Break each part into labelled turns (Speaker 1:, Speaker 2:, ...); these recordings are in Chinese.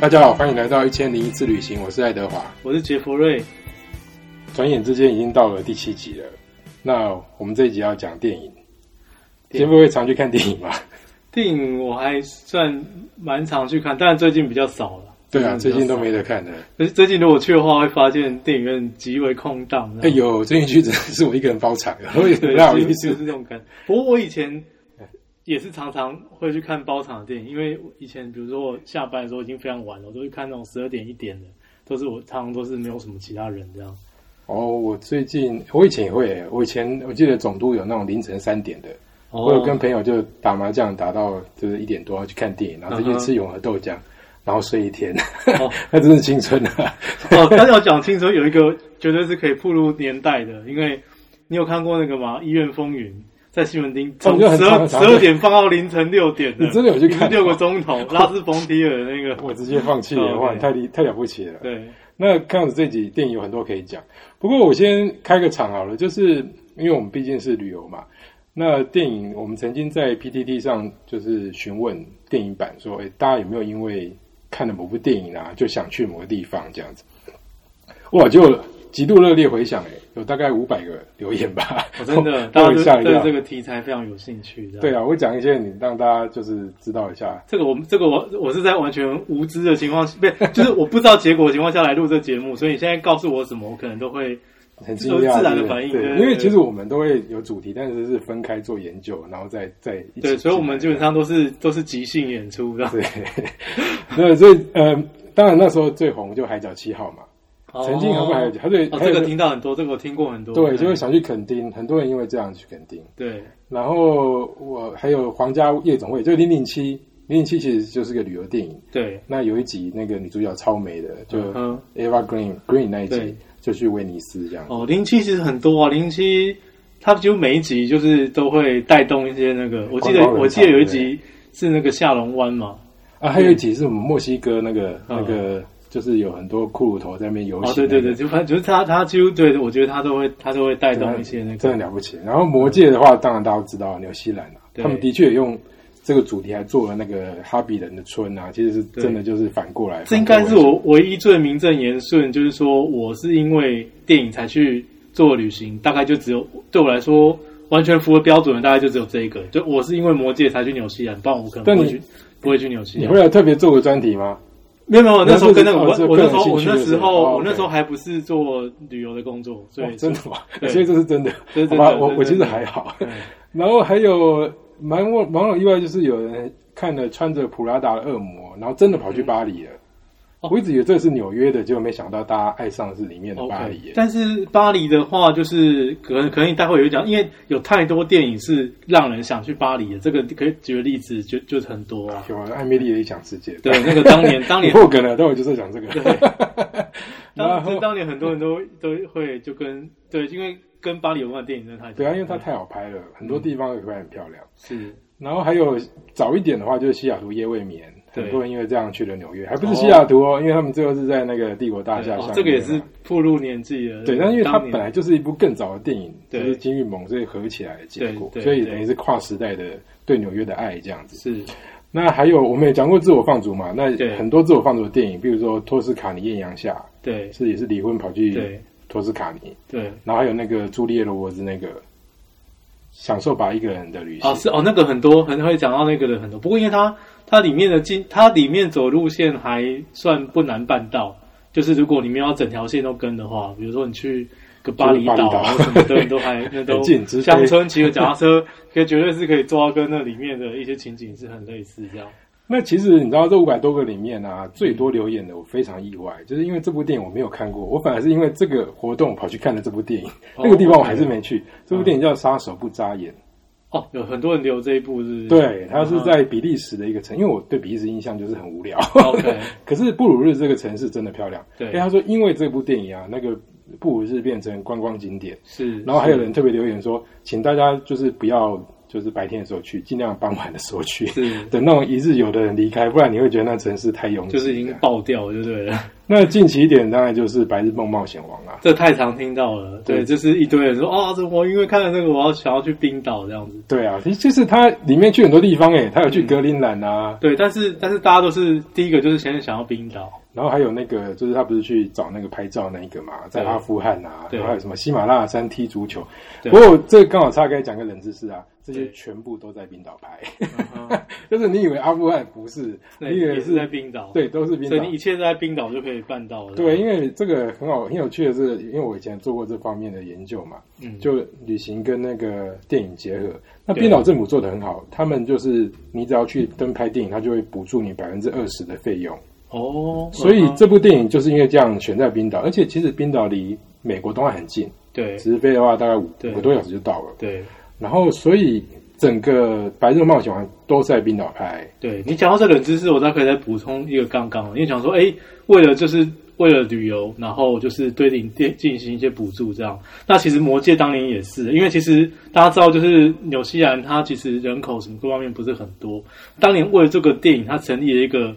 Speaker 1: 大家好，欢迎来到一千零一次旅行，我是爱德华。
Speaker 2: 我是杰弗瑞。
Speaker 1: 转眼之间已经到了第七集了，那我们这一集要讲电影。杰夫会常去看电影吗？
Speaker 2: 电影我还算蛮常去看，但最近比较少了。
Speaker 1: 对啊，最近都
Speaker 2: 比较少
Speaker 1: 没得看了。
Speaker 2: 可是最近如果去的话，会发现电影院极为空荡。
Speaker 1: 哎呦，最近去真的是我一个人包 场，我也
Speaker 2: 对，
Speaker 1: 不好意
Speaker 2: 就是
Speaker 1: 思
Speaker 2: 就是。这种感觉。不过我以前也是常常会去看包场的电影，因为以前比如说我下班的时候已经非常晚了，我都去看那种十二点一点的，都是我常常都是没有什么其他人这样。
Speaker 1: 哦，我最近我以前也会，我以前我记得总督有那种凌晨三点的，
Speaker 2: 哦
Speaker 1: 我有跟朋友就打麻将打到就是一点多要去看电影，然后再
Speaker 2: 嗯
Speaker 1: 去
Speaker 2: 哼
Speaker 1: 吃永和豆浆，然后睡一天，
Speaker 2: 哦
Speaker 1: 那真是青春啊！
Speaker 2: 哦，但要讲清楚，有一个绝对是可以步入年代的，因为你有看过那个吗？《医院风云》在西门町
Speaker 1: 哦
Speaker 2: 从
Speaker 1: 就很
Speaker 2: 十
Speaker 1: 长
Speaker 2: 二
Speaker 1: 很
Speaker 2: 十
Speaker 1: 长
Speaker 2: 二点放到凌晨六点的，
Speaker 1: 你真的有去看
Speaker 2: 六个钟头， 拉斯冯提尔的那个，
Speaker 1: 我直接放 弃了，
Speaker 2: 哦
Speaker 1: 哇，
Speaker 2: 对
Speaker 1: 太厉太了不起了。
Speaker 2: 对，
Speaker 1: 那看样子这集电影有很多可以讲，不过我先开个场好了，就是因为我们毕竟是旅游嘛。那电影我们曾经在 PTT 上就是询问电影版说，哎，大家有没有因为看了某部电影啊，就想去某个地方这样子？哇，就极度热烈回响，哎，有大概五百个留言吧，
Speaker 2: 我哦真的，
Speaker 1: 把
Speaker 2: 大
Speaker 1: 我吓
Speaker 2: 家
Speaker 1: 一
Speaker 2: 都对
Speaker 1: 跳。
Speaker 2: 这个题材非常有兴趣的。
Speaker 1: 对啊，我讲一些你让大家就是知道一下，
Speaker 2: 这个我这个我我是在完全无知的情况， 不是就是我不知道结果的情况下来录这节目，所以你现在告诉我什么，我可能都会
Speaker 1: 很惊讶，
Speaker 2: 自然的
Speaker 1: 对
Speaker 2: 反应
Speaker 1: 对
Speaker 2: 对，
Speaker 1: 因为
Speaker 2: 对
Speaker 1: 其实我们都会有主题，但是是分开做研究，然后再再一起进
Speaker 2: 对，
Speaker 1: 来。
Speaker 2: 所以我们基本上都是都是即兴演出的。
Speaker 1: 对， 那所以呃，当然那时候最红就《海角七号》嘛，曾经红过《海角
Speaker 2: 哦
Speaker 1: 七号》，对，
Speaker 2: 哦，
Speaker 1: 还
Speaker 2: 这
Speaker 1: 有
Speaker 2: 个听到很多，这个我听过很多。
Speaker 1: 对，就会想去垦丁，很多人因为这样去垦丁。
Speaker 2: 对，
Speaker 1: 然后我还有皇家夜总会，就零零七，零零七其实就是个旅游电影。
Speaker 2: 对，
Speaker 1: 那有一集那个女主角超美的，就
Speaker 2: 嗯哼
Speaker 1: Eva Green Green 那一集
Speaker 2: 对，
Speaker 1: 就去威尼斯这样。
Speaker 2: 哦，零七其实很多啊，零七它几乎每一集就是都会带动一些那个，我记
Speaker 1: 观
Speaker 2: 得
Speaker 1: 光人潮
Speaker 2: 我记得有一集是那个下龙湾嘛，
Speaker 1: 啊，还有一集是我们墨西哥那个
Speaker 2: 嗯
Speaker 1: 那个，就是有很多骷髅头在那边游行
Speaker 2: 哦，
Speaker 1: 那个。
Speaker 2: 对对对，就反正就是它它几乎对，我觉得它都会它都会带
Speaker 1: 对
Speaker 2: 动一些那
Speaker 1: 真
Speaker 2: 个，
Speaker 1: 的了不起。然后《魔戒》的话，当然大家都知道纽西兰啊，
Speaker 2: 对
Speaker 1: 他们的确也用这个主题还做了那个哈比人的村啊，其实是真的就是反过来。
Speaker 2: 这应
Speaker 1: 反
Speaker 2: 该是
Speaker 1: 过来
Speaker 2: 我唯一最名正言顺，就是说我是因为电影才去做旅行，大概就只有对我来说。完全符合标准的大概就只有这一个，就我是因为魔戒才去纽西兰，不然我可能
Speaker 1: 但
Speaker 2: 不会
Speaker 1: 你
Speaker 2: 去，不会去纽西
Speaker 1: 你
Speaker 2: 兰
Speaker 1: 会。来特别做个专题吗？
Speaker 2: 没有没有，那时候跟那个
Speaker 1: 哦
Speaker 2: 我
Speaker 1: 这个
Speaker 2: 我那时候
Speaker 1: 兴
Speaker 2: 我
Speaker 1: 趣
Speaker 2: 那
Speaker 1: 是不
Speaker 2: 时
Speaker 1: 是哦
Speaker 2: 候我那
Speaker 1: OK
Speaker 2: 时候还不是做旅游的工作，所
Speaker 1: 哇
Speaker 2: 以
Speaker 1: 真的吗？
Speaker 2: 对
Speaker 1: 所以这是真的。
Speaker 2: 这是
Speaker 1: 好
Speaker 2: 真的
Speaker 1: 吧，
Speaker 2: 这是
Speaker 1: 我我其
Speaker 2: 真
Speaker 1: 实
Speaker 2: 的
Speaker 1: 还好
Speaker 2: 对。
Speaker 1: 然后还有蛮我蛮有意外，就是有人看了穿着普拉达的恶魔，然后真的跑去巴黎了。
Speaker 2: 哦
Speaker 1: 我一直以为这是纽约的，结果没想到大家爱上的是里面的巴黎
Speaker 2: OK
Speaker 1: 耶。。
Speaker 2: 但是巴黎的话，就是可能可能待会有讲，因为有太多电影是让人想去巴黎的，这个可以举的例子就就是很多 啊。
Speaker 1: 有艾米丽的异想世界，
Speaker 2: 对，那个当 年当年
Speaker 1: 破梗了，待会就是讲这 个。然
Speaker 2: 当
Speaker 1: 后
Speaker 2: 就当年很多人都都会就跟对，因为跟巴黎有关的电影真的太多嗯
Speaker 1: 对啊，因为它太好拍了，很多地方也拍很漂亮。
Speaker 2: 是
Speaker 1: 然后还有早一点的话，就是西雅图夜未眠，
Speaker 2: 对
Speaker 1: 很多人因为这样去了纽约，还不是西雅图哦，因为他们最后是在那个帝国大
Speaker 2: 对
Speaker 1: 厦下面啊
Speaker 2: 哦
Speaker 1: 嘛。
Speaker 2: 这个也是步入年纪了。
Speaker 1: 对，但因为它
Speaker 2: 当年
Speaker 1: 本来就是一部更早的电影，就
Speaker 2: 对
Speaker 1: 是金玉盟，所以合起来的结果，
Speaker 2: 对对
Speaker 1: 所以
Speaker 2: 对
Speaker 1: 等于是跨时代的对纽约的爱这样子。
Speaker 2: 是
Speaker 1: 那还有我们也讲过自我放逐嘛，那
Speaker 2: 对
Speaker 1: 很多自我放逐的电影，比如说托斯卡尼艳阳下，
Speaker 2: 对
Speaker 1: 是也是离婚跑去
Speaker 2: 对
Speaker 1: 托斯卡尼，
Speaker 2: 对
Speaker 1: 然后还有那个朱丽叶·罗伯兹那个享受吧一个人的旅行，
Speaker 2: 哦，是哦，那个很多很会讲到那个的很多，不过因为它它里面的进它里面走路线还算不难办到，就是如果你们要整条线都跟的话，比如说你去个巴厘岛啊
Speaker 1: 就是巴厘岛
Speaker 2: 什么的，都 还那都
Speaker 1: 很近直飞
Speaker 2: 乡村骑个脚踏车，可绝对是可以抓跟那里面的一些情景是很类似这样。
Speaker 1: 那其实你知道这五百多个里面啊，最多留言的我非常意外，就是因为这部电影我没有看过，我反而是因为这个活动跑去看了这部电影，
Speaker 2: 哦
Speaker 1: 那个地方我还是没去。这部电影叫《杀手不眨眼》，
Speaker 2: 哦，有很多人留这一部是不是
Speaker 1: 对，它
Speaker 2: 嗯
Speaker 1: 是在比利时的一个城，因为我对比利时印象就是很无聊。
Speaker 2: OK
Speaker 1: 可是布鲁日这个城市真的漂亮。
Speaker 2: 对
Speaker 1: 哎，他说因为这部电影啊，那个布鲁日变成观光景点，
Speaker 2: 是，
Speaker 1: 然后还有人特别留言说，请大家就是不要就是白天的时候去，尽量傍晚的时候去。
Speaker 2: 是
Speaker 1: 等那种一日游的人离开，不然你会觉得那城市太拥挤，
Speaker 2: 就是已经爆掉，就对了。
Speaker 1: 那近期一点当然就是《白日梦冒险王》啊啦。
Speaker 2: 这太常听到了。对，
Speaker 1: 对
Speaker 2: 就是一堆人说啊，这我因为看了这个，我要想要去冰岛这样子。
Speaker 1: 对啊，其实就是它里面去很多地方诶、它有
Speaker 2: 嗯
Speaker 1: 去格陵兰啊，
Speaker 2: 对，但是但是大家都是第一个就是先想要冰岛，
Speaker 1: 然后还有那个就是他不是去找那个拍照那一个嘛，在
Speaker 2: 对
Speaker 1: 阿富汗啊，
Speaker 2: 对
Speaker 1: 然后还有什么喜马拉雅山踢足球。
Speaker 2: 对
Speaker 1: 不过这个刚好岔开讲个冷知识啊，这些
Speaker 2: 对
Speaker 1: 全部都在冰岛拍，
Speaker 2: 嗯哼
Speaker 1: 就是你以为阿富汗不是，
Speaker 2: 那
Speaker 1: 你以为
Speaker 2: 也是在冰岛。，
Speaker 1: 对，都是冰
Speaker 2: 所
Speaker 1: 岛
Speaker 2: 以。你一切都在冰岛就可以办到了。
Speaker 1: 对，因为这个很好很有趣的是，因为我以前做过这方面的研究嘛，
Speaker 2: 嗯，就
Speaker 1: 就旅行跟那个电影结合。那
Speaker 2: 对
Speaker 1: 冰岛政府做的很好，他们就是你只要去登拍电影，他就会补助你百分之二十的费用。
Speaker 2: 哦，
Speaker 1: 所以
Speaker 2: 嗯哼
Speaker 1: 这部电影就是因为这样选在冰岛，而且其实冰岛离美国东岸很近，
Speaker 2: 对
Speaker 1: 直飞的话大概五
Speaker 2: 对
Speaker 1: 五个多小时就到了。
Speaker 2: 对
Speaker 1: 然后所以整个《白日梦冒险王》都在冰岛拍。
Speaker 2: 对，你讲到这冷知识，我再可以再补充一个刚刚了，因为讲说，哎，为了就是为了旅游，然后就是对领店进行一些补助这样。那其实魔界当年也是，因为其实大家知道，就是纽西兰它其实人口什么各方面不是很多，当年为了这个电影，它成立了一个。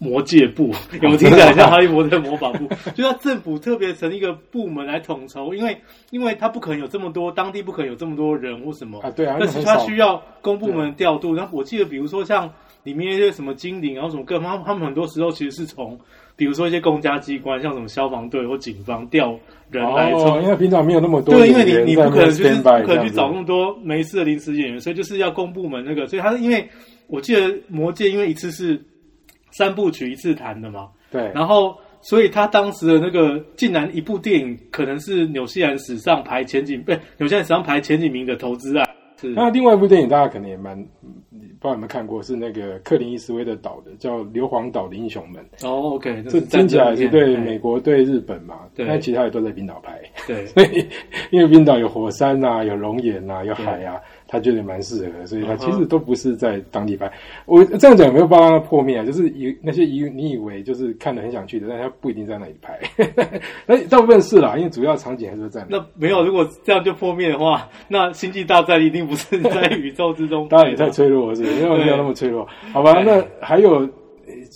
Speaker 2: 魔界部 有没有听起来像哈利波特魔法部？就是它政府特别成立一个部门来统筹，因为因为它不可能有这么多当地不可能有这么多人或什么
Speaker 1: 啊对啊
Speaker 2: 但是
Speaker 1: 那很
Speaker 2: 它
Speaker 1: 少
Speaker 2: 需要公部门调度。然后我记得，比如说像里面一些什么精灵，然后什么各方，他们很多时候其实是从，比如说一些公家机关，像什么消防队或警方调人来从
Speaker 1: 哦，因为冰岛没有那么多
Speaker 2: 对，因
Speaker 1: 演
Speaker 2: 为
Speaker 1: 员在那边 standby 这样子，
Speaker 2: 你你不可能就是不可能去找那么多没事的临时演员，所以就是要公部门那个，所以他是因为我记得《魔戒》因为一次是三部曲一次谈的嘛，
Speaker 1: 对，
Speaker 2: 然后所以他当时的那个竟然一部电影可能是纽西兰史上排前几，不、纽西兰史上排前几名的投资案，是
Speaker 1: 那另外一部电影大家可能也蛮，嗯不知道有没有看过，是那个克林伊斯威的岛的，叫《硫磺岛的英雄们》。
Speaker 2: 哦，OK，
Speaker 1: 这
Speaker 2: 真
Speaker 1: 听起来是对美
Speaker 2: 美
Speaker 1: 国、对日本嘛，
Speaker 2: 对
Speaker 1: 但其他也都在冰岛拍。
Speaker 2: 对
Speaker 1: 所以因为冰岛有火山啊，有熔岩啊，有海啊，他觉得蛮适合的，所以他
Speaker 2: 嗯
Speaker 1: 其
Speaker 2: 哼
Speaker 1: 实都不是在当地拍。我这样讲有没有帮他破灭啊？就是以那些以你以为就是看了很想去的，但他不一定在那里拍。 那大部分是啦，因为主要场景还是会在那里。
Speaker 2: 那没有，如果这样就破灭的话，那《星际大战》一定 不是在宇宙之中拍的。
Speaker 1: 当然也太脆弱了， 是不是没有
Speaker 2: 对
Speaker 1: 没有那么脆弱。好吧，
Speaker 2: 对
Speaker 1: 那还有，呃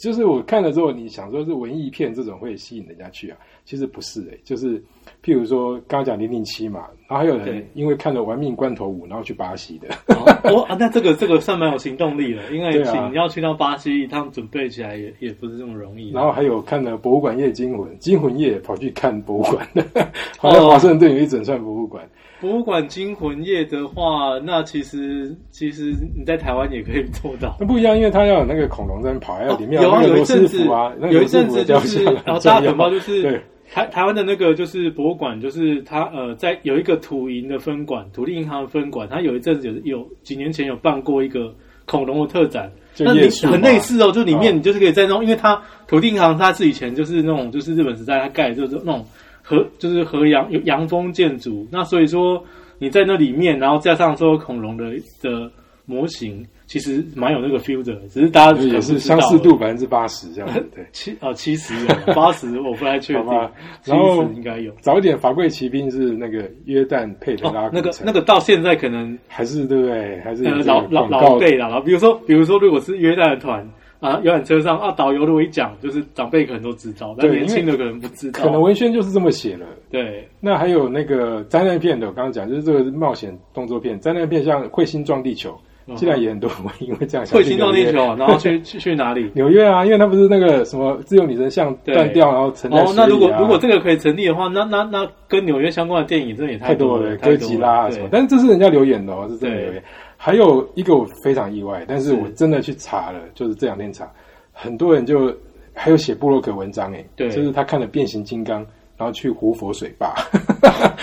Speaker 1: 就是我看了之后，你想说是文艺片这种会吸引人家去啊？其实不是诶、就是譬如说刚刚讲零零七嘛，然后还有人
Speaker 2: 对
Speaker 1: 因为看了《玩命关头五》，然后去巴西的。
Speaker 2: 哦，啊，那这个这个算蛮有行动力的，因为
Speaker 1: 对啊
Speaker 2: 请你要去到巴西一趟，准备起来也也不是这么容易。啊
Speaker 1: 然后还有看了《博物馆夜惊魂》，惊魂夜跑去看博物馆， 好
Speaker 2: 哦
Speaker 1: 像华盛顿有一整串博物馆。
Speaker 2: 博物馆惊魂夜的话，那其实其实你在台湾也可以做到。
Speaker 1: 那不一样，因为它要有那个恐龙在那边跑，还有里面
Speaker 2: 有
Speaker 1: 那
Speaker 2: 啊，
Speaker 1: 个
Speaker 2: 有一
Speaker 1: 罗
Speaker 2: 阵
Speaker 1: 斯
Speaker 2: 子
Speaker 1: 福啊，那个
Speaker 2: 有一
Speaker 1: 罗斯
Speaker 2: 阵
Speaker 1: 福的
Speaker 2: 子
Speaker 1: 雕
Speaker 2: 就是，
Speaker 1: 像啊
Speaker 2: 然
Speaker 1: 很
Speaker 2: 后
Speaker 1: 重
Speaker 2: 大家
Speaker 1: 要
Speaker 2: 可能就是
Speaker 1: 对
Speaker 2: 台台湾的那个就是博物馆，就是它呃，在有一个土银的分馆，土地银行的分馆，它有一阵子有有几年前有办过一个恐龙的特展，
Speaker 1: 就
Speaker 2: 那
Speaker 1: 夜
Speaker 2: 你
Speaker 1: 市
Speaker 2: 很
Speaker 1: 嘛
Speaker 2: 类似哦，就里面
Speaker 1: 哦
Speaker 2: 你就是可以在那种，因为它土地银行它是以前就是那种就是日本时代它盖的就是那种和就是和洋有洋风建筑，那所以说你在那里面，然后加上说恐龙的的模型。其实蛮有那个 feel 的，只是大家可
Speaker 1: 就
Speaker 2: 能
Speaker 1: 也
Speaker 2: 不
Speaker 1: 是
Speaker 2: 知道
Speaker 1: 相似
Speaker 2: 而已
Speaker 1: 度百分之八十这样子。对。
Speaker 2: 七哦七十有八十我不太确
Speaker 1: 好
Speaker 2: 定
Speaker 1: 吧，
Speaker 2: 七
Speaker 1: 然后
Speaker 2: 十应该有。
Speaker 1: 早一点，法贵骑兵是那个约旦佩德拉
Speaker 2: 哦，
Speaker 1: 古
Speaker 2: 那个
Speaker 1: 城
Speaker 2: 那个到现在可能
Speaker 1: 还是对不对？还是有
Speaker 2: 呃
Speaker 1: 这个
Speaker 2: 老老
Speaker 1: 广告
Speaker 2: 老辈了，然后比如说比如说如果是约旦的团啊，游览车上啊，导游如果一讲，就是长辈可能都知道，但
Speaker 1: 对
Speaker 2: 年轻的可能不知道。
Speaker 1: 可能文宣就是这么写了。
Speaker 2: 对
Speaker 1: 那还有那个灾难片的，我刚刚讲就是这个冒险动作片，灾难片像《彗星撞地球
Speaker 2: 嗯》，
Speaker 1: 竟然也很多人因为这样想
Speaker 2: 彗
Speaker 1: 去
Speaker 2: 星撞
Speaker 1: 纽
Speaker 2: 地
Speaker 1: 约？
Speaker 2: 球，啊然后去去去哪里
Speaker 1: 纽约啊，因为它不是那个什么自由女神像
Speaker 2: 对
Speaker 1: 断掉，然后沉在水里
Speaker 2: 哦
Speaker 1: 啊。，
Speaker 2: 那如果如果这个可以成立的话，那那那跟纽约相关的电影真的也
Speaker 1: 太多
Speaker 2: 多了，
Speaker 1: 了，
Speaker 2: 太
Speaker 1: 哥
Speaker 2: 多
Speaker 1: 吉
Speaker 2: 了
Speaker 1: 拉啊
Speaker 2: 对
Speaker 1: 什么，但是这是人家留言的哦，是真的
Speaker 2: 对
Speaker 1: 留言。还有一个我非常意外，但是我
Speaker 2: 是
Speaker 1: 真的去查了，就是这两天查，很多人就还有写布洛克文章哎，
Speaker 2: 对
Speaker 1: 就是他看了变形金刚。然后去胡佛水坝，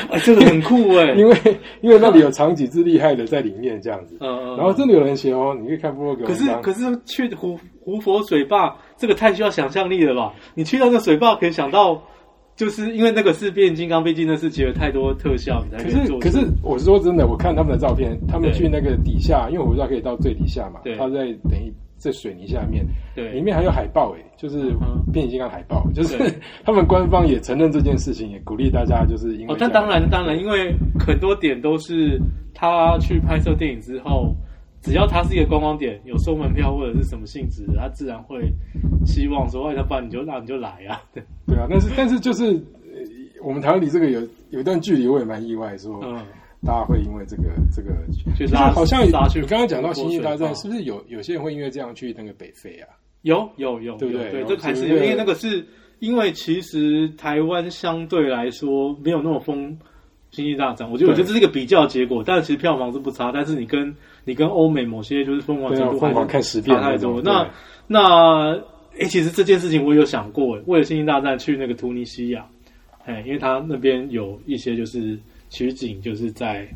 Speaker 2: 哎这个很酷哎，
Speaker 1: 因为因为那里有藏几只厉害的在里面这样子，
Speaker 2: 嗯嗯
Speaker 1: 然后真的有人写哦，你可以看布洛克
Speaker 2: 可
Speaker 1: 文
Speaker 2: 是
Speaker 1: 章，
Speaker 2: 可是去胡胡佛水坝，这个太需要想象力了吧？你去到那个水坝，可以想到，就是因为那个是变形金刚，毕竟那是结合太多特效，你才
Speaker 1: 可
Speaker 2: 以
Speaker 1: 是
Speaker 2: 做出。
Speaker 1: 可是我是说真的，我看他们的照片，他们
Speaker 2: 对
Speaker 1: 去那个底下，因为我知道可以到最底下嘛
Speaker 2: 对，
Speaker 1: 他在等于在水泥下面，里
Speaker 2: 对
Speaker 1: 面还有海报诶，就是
Speaker 2: 嗯
Speaker 1: 变形金刚海报，就是
Speaker 2: 对
Speaker 1: 他们官方也承认这件事情，也鼓励大家就是因为
Speaker 2: 哦，
Speaker 1: 这样
Speaker 2: 但当然当然，因为很多点都是他去拍摄电影之后。只要它是一个观光点，有收门票或者是什么性质，它自然会希望说，哎，那不然你就那你就来啊。对
Speaker 1: 对啊，但是但是就是呃我们台湾离这个有有一段距离，我也蛮意外说。
Speaker 2: 嗯，
Speaker 1: 大家会因为这个这个，
Speaker 2: 去
Speaker 1: 就是
Speaker 2: 拉
Speaker 1: 好像
Speaker 2: 拉去嗯
Speaker 1: 你刚刚讲到《星际大
Speaker 2: 泼水
Speaker 1: 战》，
Speaker 2: 炮
Speaker 1: 是不是有有些人会因为这样去那个北非啊？
Speaker 2: 有有有，
Speaker 1: 对不
Speaker 2: 有
Speaker 1: 对
Speaker 2: 对，
Speaker 1: 有
Speaker 2: 这个还
Speaker 1: 就是是
Speaker 2: 有，
Speaker 1: 那个
Speaker 2: 因为那个是因为其实台湾相对来说没有那么疯。经济大战，我觉得我觉
Speaker 1: 对
Speaker 2: 得这是一个比较结果，但其实票房是不差，但是你跟你跟欧美某些就是疯狂
Speaker 1: 对
Speaker 2: 程
Speaker 1: 啊，
Speaker 2: 度还
Speaker 1: 疯
Speaker 2: 是
Speaker 1: 狂看十遍
Speaker 2: 差太
Speaker 1: 种
Speaker 2: 多。
Speaker 1: 对
Speaker 2: 那那诶、其实这件事情我有想过，诶为了《星际大战》去那个突尼西亚，诶、因为它那边有一些就是取景，就是在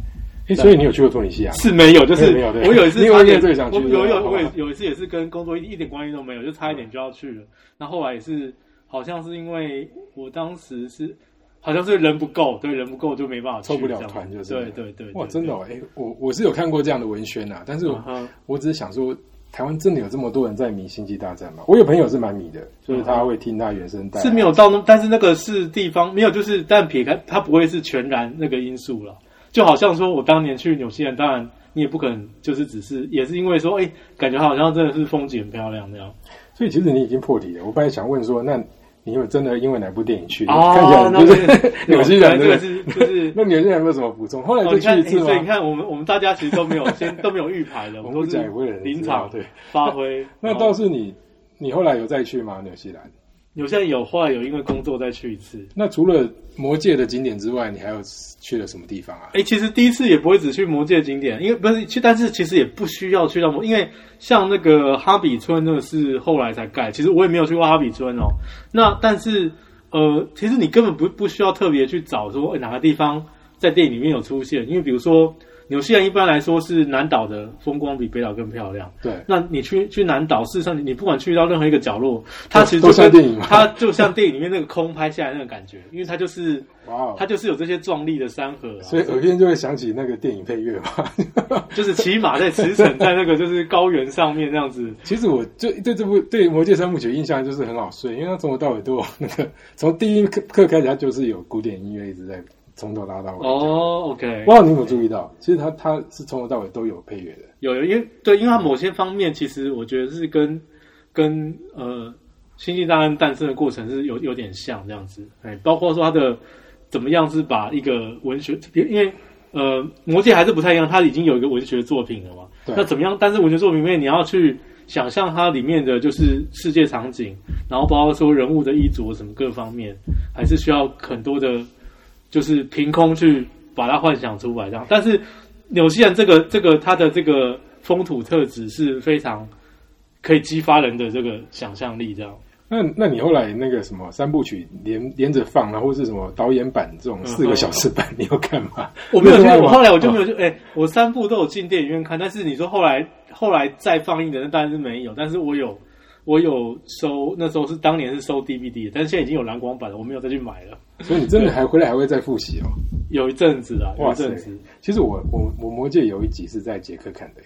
Speaker 1: 诶所以你有去过突尼西亚吗？
Speaker 2: 是没有，就是
Speaker 1: 哎没有对
Speaker 2: 我有一次
Speaker 1: 你有
Speaker 2: 差点，
Speaker 1: 没有最想去
Speaker 2: 我
Speaker 1: 的
Speaker 2: 有有
Speaker 1: 啊好吧嗯
Speaker 2: 我有有一次也是跟工作一一点关系都没有，就差一点就要去了。那后来也是好像是因为我当时是好像是人不够，对人不够就没办法去
Speaker 1: 凑不了
Speaker 2: 这样
Speaker 1: 团就是
Speaker 2: 对对对，
Speaker 1: 哇，
Speaker 2: 对
Speaker 1: 真的、哦，哎、我我是有看过这样的文宣啊，但是
Speaker 2: 对
Speaker 1: 我、
Speaker 2: 嗯哼
Speaker 1: 我只是想说，台湾真的有这么多人在迷《星际大战》吗？我有朋友是蛮迷的，就是他会听他原声带啊、
Speaker 2: 嗯是没有到那，但是那个是地方没有，就是但撇开它不会是全然那个因素了。就好像说我当年去纽西兰，当然你也不可能就是只是也是因为说，哎、感觉好像真的是风景很漂亮那样。
Speaker 1: 所以其实你已经破题了。我本来想问说，那你有真的因为哪部电影去？
Speaker 2: 哦
Speaker 1: 看起来你
Speaker 2: 那
Speaker 1: 就是
Speaker 2: 对
Speaker 1: 纽西兰
Speaker 2: 这个
Speaker 1: 的。
Speaker 2: 是就是。
Speaker 1: 那纽西兰有没有什么补充？后来
Speaker 2: 哦，
Speaker 1: 就
Speaker 2: 你
Speaker 1: 去
Speaker 2: 看，
Speaker 1: 一
Speaker 2: 哎
Speaker 1: 次吗？
Speaker 2: 所以你看，我们我们大家其实都没有先都没有预排的，
Speaker 1: 我
Speaker 2: 我
Speaker 1: 们不
Speaker 2: 们都
Speaker 1: 讲也不会有
Speaker 2: 是
Speaker 1: 人知道
Speaker 2: 临场
Speaker 1: 对
Speaker 2: 发挥。
Speaker 1: 那倒是你，你后来有再去吗？纽西兰？
Speaker 2: 有些人有，后来有因为工作再去一次。
Speaker 1: 那除了魔界的景点之外，你还有去了什么地方啊？
Speaker 2: 哎、其实第一次也不会只去魔界景点，因为不是，其但是其实也不需要去到魔，因为像那个哈比村那个是后来才盖，其实我也没有去过哈比村哦。那但是呃，其实你根本不不需要特别去找说、诶哪个地方在电影里面有出现，因为比如说纽西兰一般来说是南岛的风光比北岛更漂亮。
Speaker 1: 对，
Speaker 2: 那你去去南岛，事实上你你不管去到任何一个角落，它其实
Speaker 1: 都
Speaker 2: 就
Speaker 1: 像
Speaker 2: 跟
Speaker 1: 电影吗
Speaker 2: 它就像电影里面那个空拍下来那个感觉，因为它就是
Speaker 1: 哇哦
Speaker 2: 它！就是有这些壮丽的山河、啊，
Speaker 1: 所以耳边就会响起那个电影配乐嘛。
Speaker 2: 就是骑马在驰骋在那个就是高原上面这样子，
Speaker 1: 其实我就对这部对《魔戒》三部曲印象就是很好睡，因为它从头到尾都有那个，从第一课开始，它就是有古典音乐一直在从头拉到尾。，
Speaker 2: 哦，OK，
Speaker 1: 不知道你有没有注意到，其实它它是从头到尾都有配乐的。
Speaker 2: 有有，因为对，因为它某些方面其实我觉得是跟跟呃《星际大战》诞生的过程是有有点像这样子，哎，包括说它的怎么样是把一个文学，因为呃《魔戒》还是不太一样，它已经有一个文学作品了嘛，
Speaker 1: 对
Speaker 2: 那怎么样？但是文学作品里面你要去想象它里面的就是世界场景，然后包括说人物的衣着什么各方面，还是需要很多的，就是凭空去把它幻想出来这样。但是纽西兰这个这个它的这个风土特质是非常可以激发人的这个想象力这样。
Speaker 1: 那那你后来那个什么三部曲连连着放，然后是什么导演版这种四个小时版，你有看吗？ 哦
Speaker 2: 我没有 去
Speaker 1: 你，看吗
Speaker 2: 我后来我就没有去。哎、我三部都有进电影院看，但是你说后来后来再放映的那当然是没有，但是我有我有收，那时候是当年是收 DVD 的，但是现在已经有蓝光版了，我没有再去买了。
Speaker 1: 所以你真的还回来还会再复习哦。
Speaker 2: 有一阵子啊，有
Speaker 1: 哇
Speaker 2: 一
Speaker 1: 塞
Speaker 2: 阵子
Speaker 1: 其实我我我魔戒有一集是在捷克看的，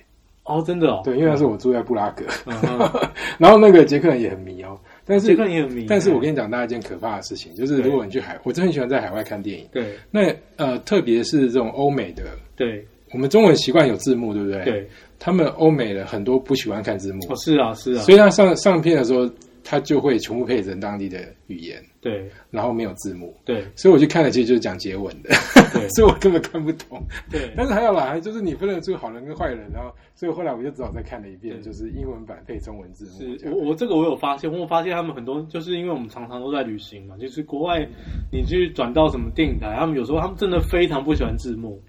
Speaker 2: 哦，真的哦，
Speaker 1: 对，因为那时候我住在布拉格，
Speaker 2: 嗯哼，
Speaker 1: 然后那个捷克人也很迷哦，但
Speaker 2: 这
Speaker 1: 是
Speaker 2: 个也很迷。
Speaker 1: 但是我跟
Speaker 2: 你
Speaker 1: 你讲，大家一件可怕的事情，就是如果你去海，我真的很喜欢在海外看电影，
Speaker 2: 对
Speaker 1: 那呃，特别是这种欧美的，
Speaker 2: 对
Speaker 1: 我们中文习惯有字幕，对不对？，
Speaker 2: 对，
Speaker 1: 他们欧美的很多不喜欢看字幕，
Speaker 2: 哦是啊是啊，
Speaker 1: 所以他上上片的时候，他就会全部配成当地的语言，
Speaker 2: 对
Speaker 1: 然后没有字幕。
Speaker 2: 对
Speaker 1: 所以我去看了，其实就是讲结文的，
Speaker 2: 对
Speaker 1: 所以我根本看不懂。
Speaker 2: 对
Speaker 1: 但是还有啦，就是你分得出好人跟坏人，然后所以后来我就只好再看了一遍，
Speaker 2: 对
Speaker 1: 就是英文版配中文字幕
Speaker 2: 是
Speaker 1: 这样。
Speaker 2: 我我这个我有发现，我有发现他们很多就是因为我们常常都在旅行嘛，就是国外你去转到什么电影台，他们有时候他们真的非常不喜欢字幕，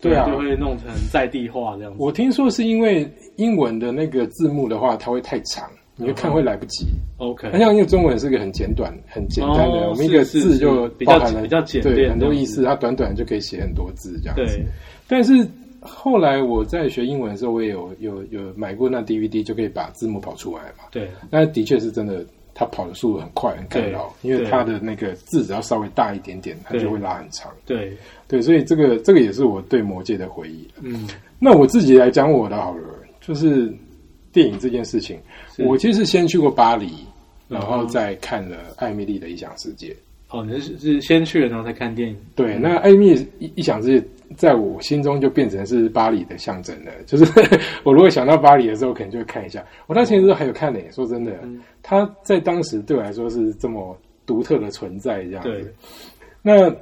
Speaker 1: 对啊
Speaker 2: 就会弄成在地化这样子。
Speaker 1: 我听说是因为英文的那个字幕的话，它会太长，你会
Speaker 2: 哦
Speaker 1: 看会来不及。
Speaker 2: OK，
Speaker 1: 那像因为中文是个很简短、很简单的，
Speaker 2: 哦
Speaker 1: 我们一个
Speaker 2: 是是
Speaker 1: 字
Speaker 2: 是
Speaker 1: 就
Speaker 2: 比较
Speaker 1: 包含了
Speaker 2: 比较简
Speaker 1: 对
Speaker 2: 练
Speaker 1: 很多
Speaker 2: 这样
Speaker 1: 意
Speaker 2: 子
Speaker 1: 思，它短短就可以写很多字这样子。
Speaker 2: 对，
Speaker 1: 但是后来我在学英文的时候，我也有有有买过那 DVD，就可以把字幕跑出来嘛。
Speaker 2: 对
Speaker 1: 那的确是真的，它跑的速度很快，很干扰，
Speaker 2: 对
Speaker 1: 因为它的那个字只要稍微大一点点，它就会拉很长。
Speaker 2: 对，
Speaker 1: 对，所以这个这个也是我对《魔戒》的回忆。啊
Speaker 2: 嗯，
Speaker 1: 那我自己来讲我的好了，就是电影这件事情，
Speaker 2: 是
Speaker 1: 我其实先去过巴黎，然
Speaker 2: 嗯
Speaker 1: 后
Speaker 2: 哼
Speaker 1: 再看了艾米丽的《异想世界》。
Speaker 2: 哦，你是是先去了然后才看电影，
Speaker 1: 对，那艾米丽的《异异想世界》在我心中就变成是巴黎的象征了。就是 我如果想到巴黎的时候，可能就会看一下。我到前一阵还有看呢、说真的，
Speaker 2: 嗯
Speaker 1: 它在当时对我来说是这么独特的存在，这样
Speaker 2: 对
Speaker 1: 子。那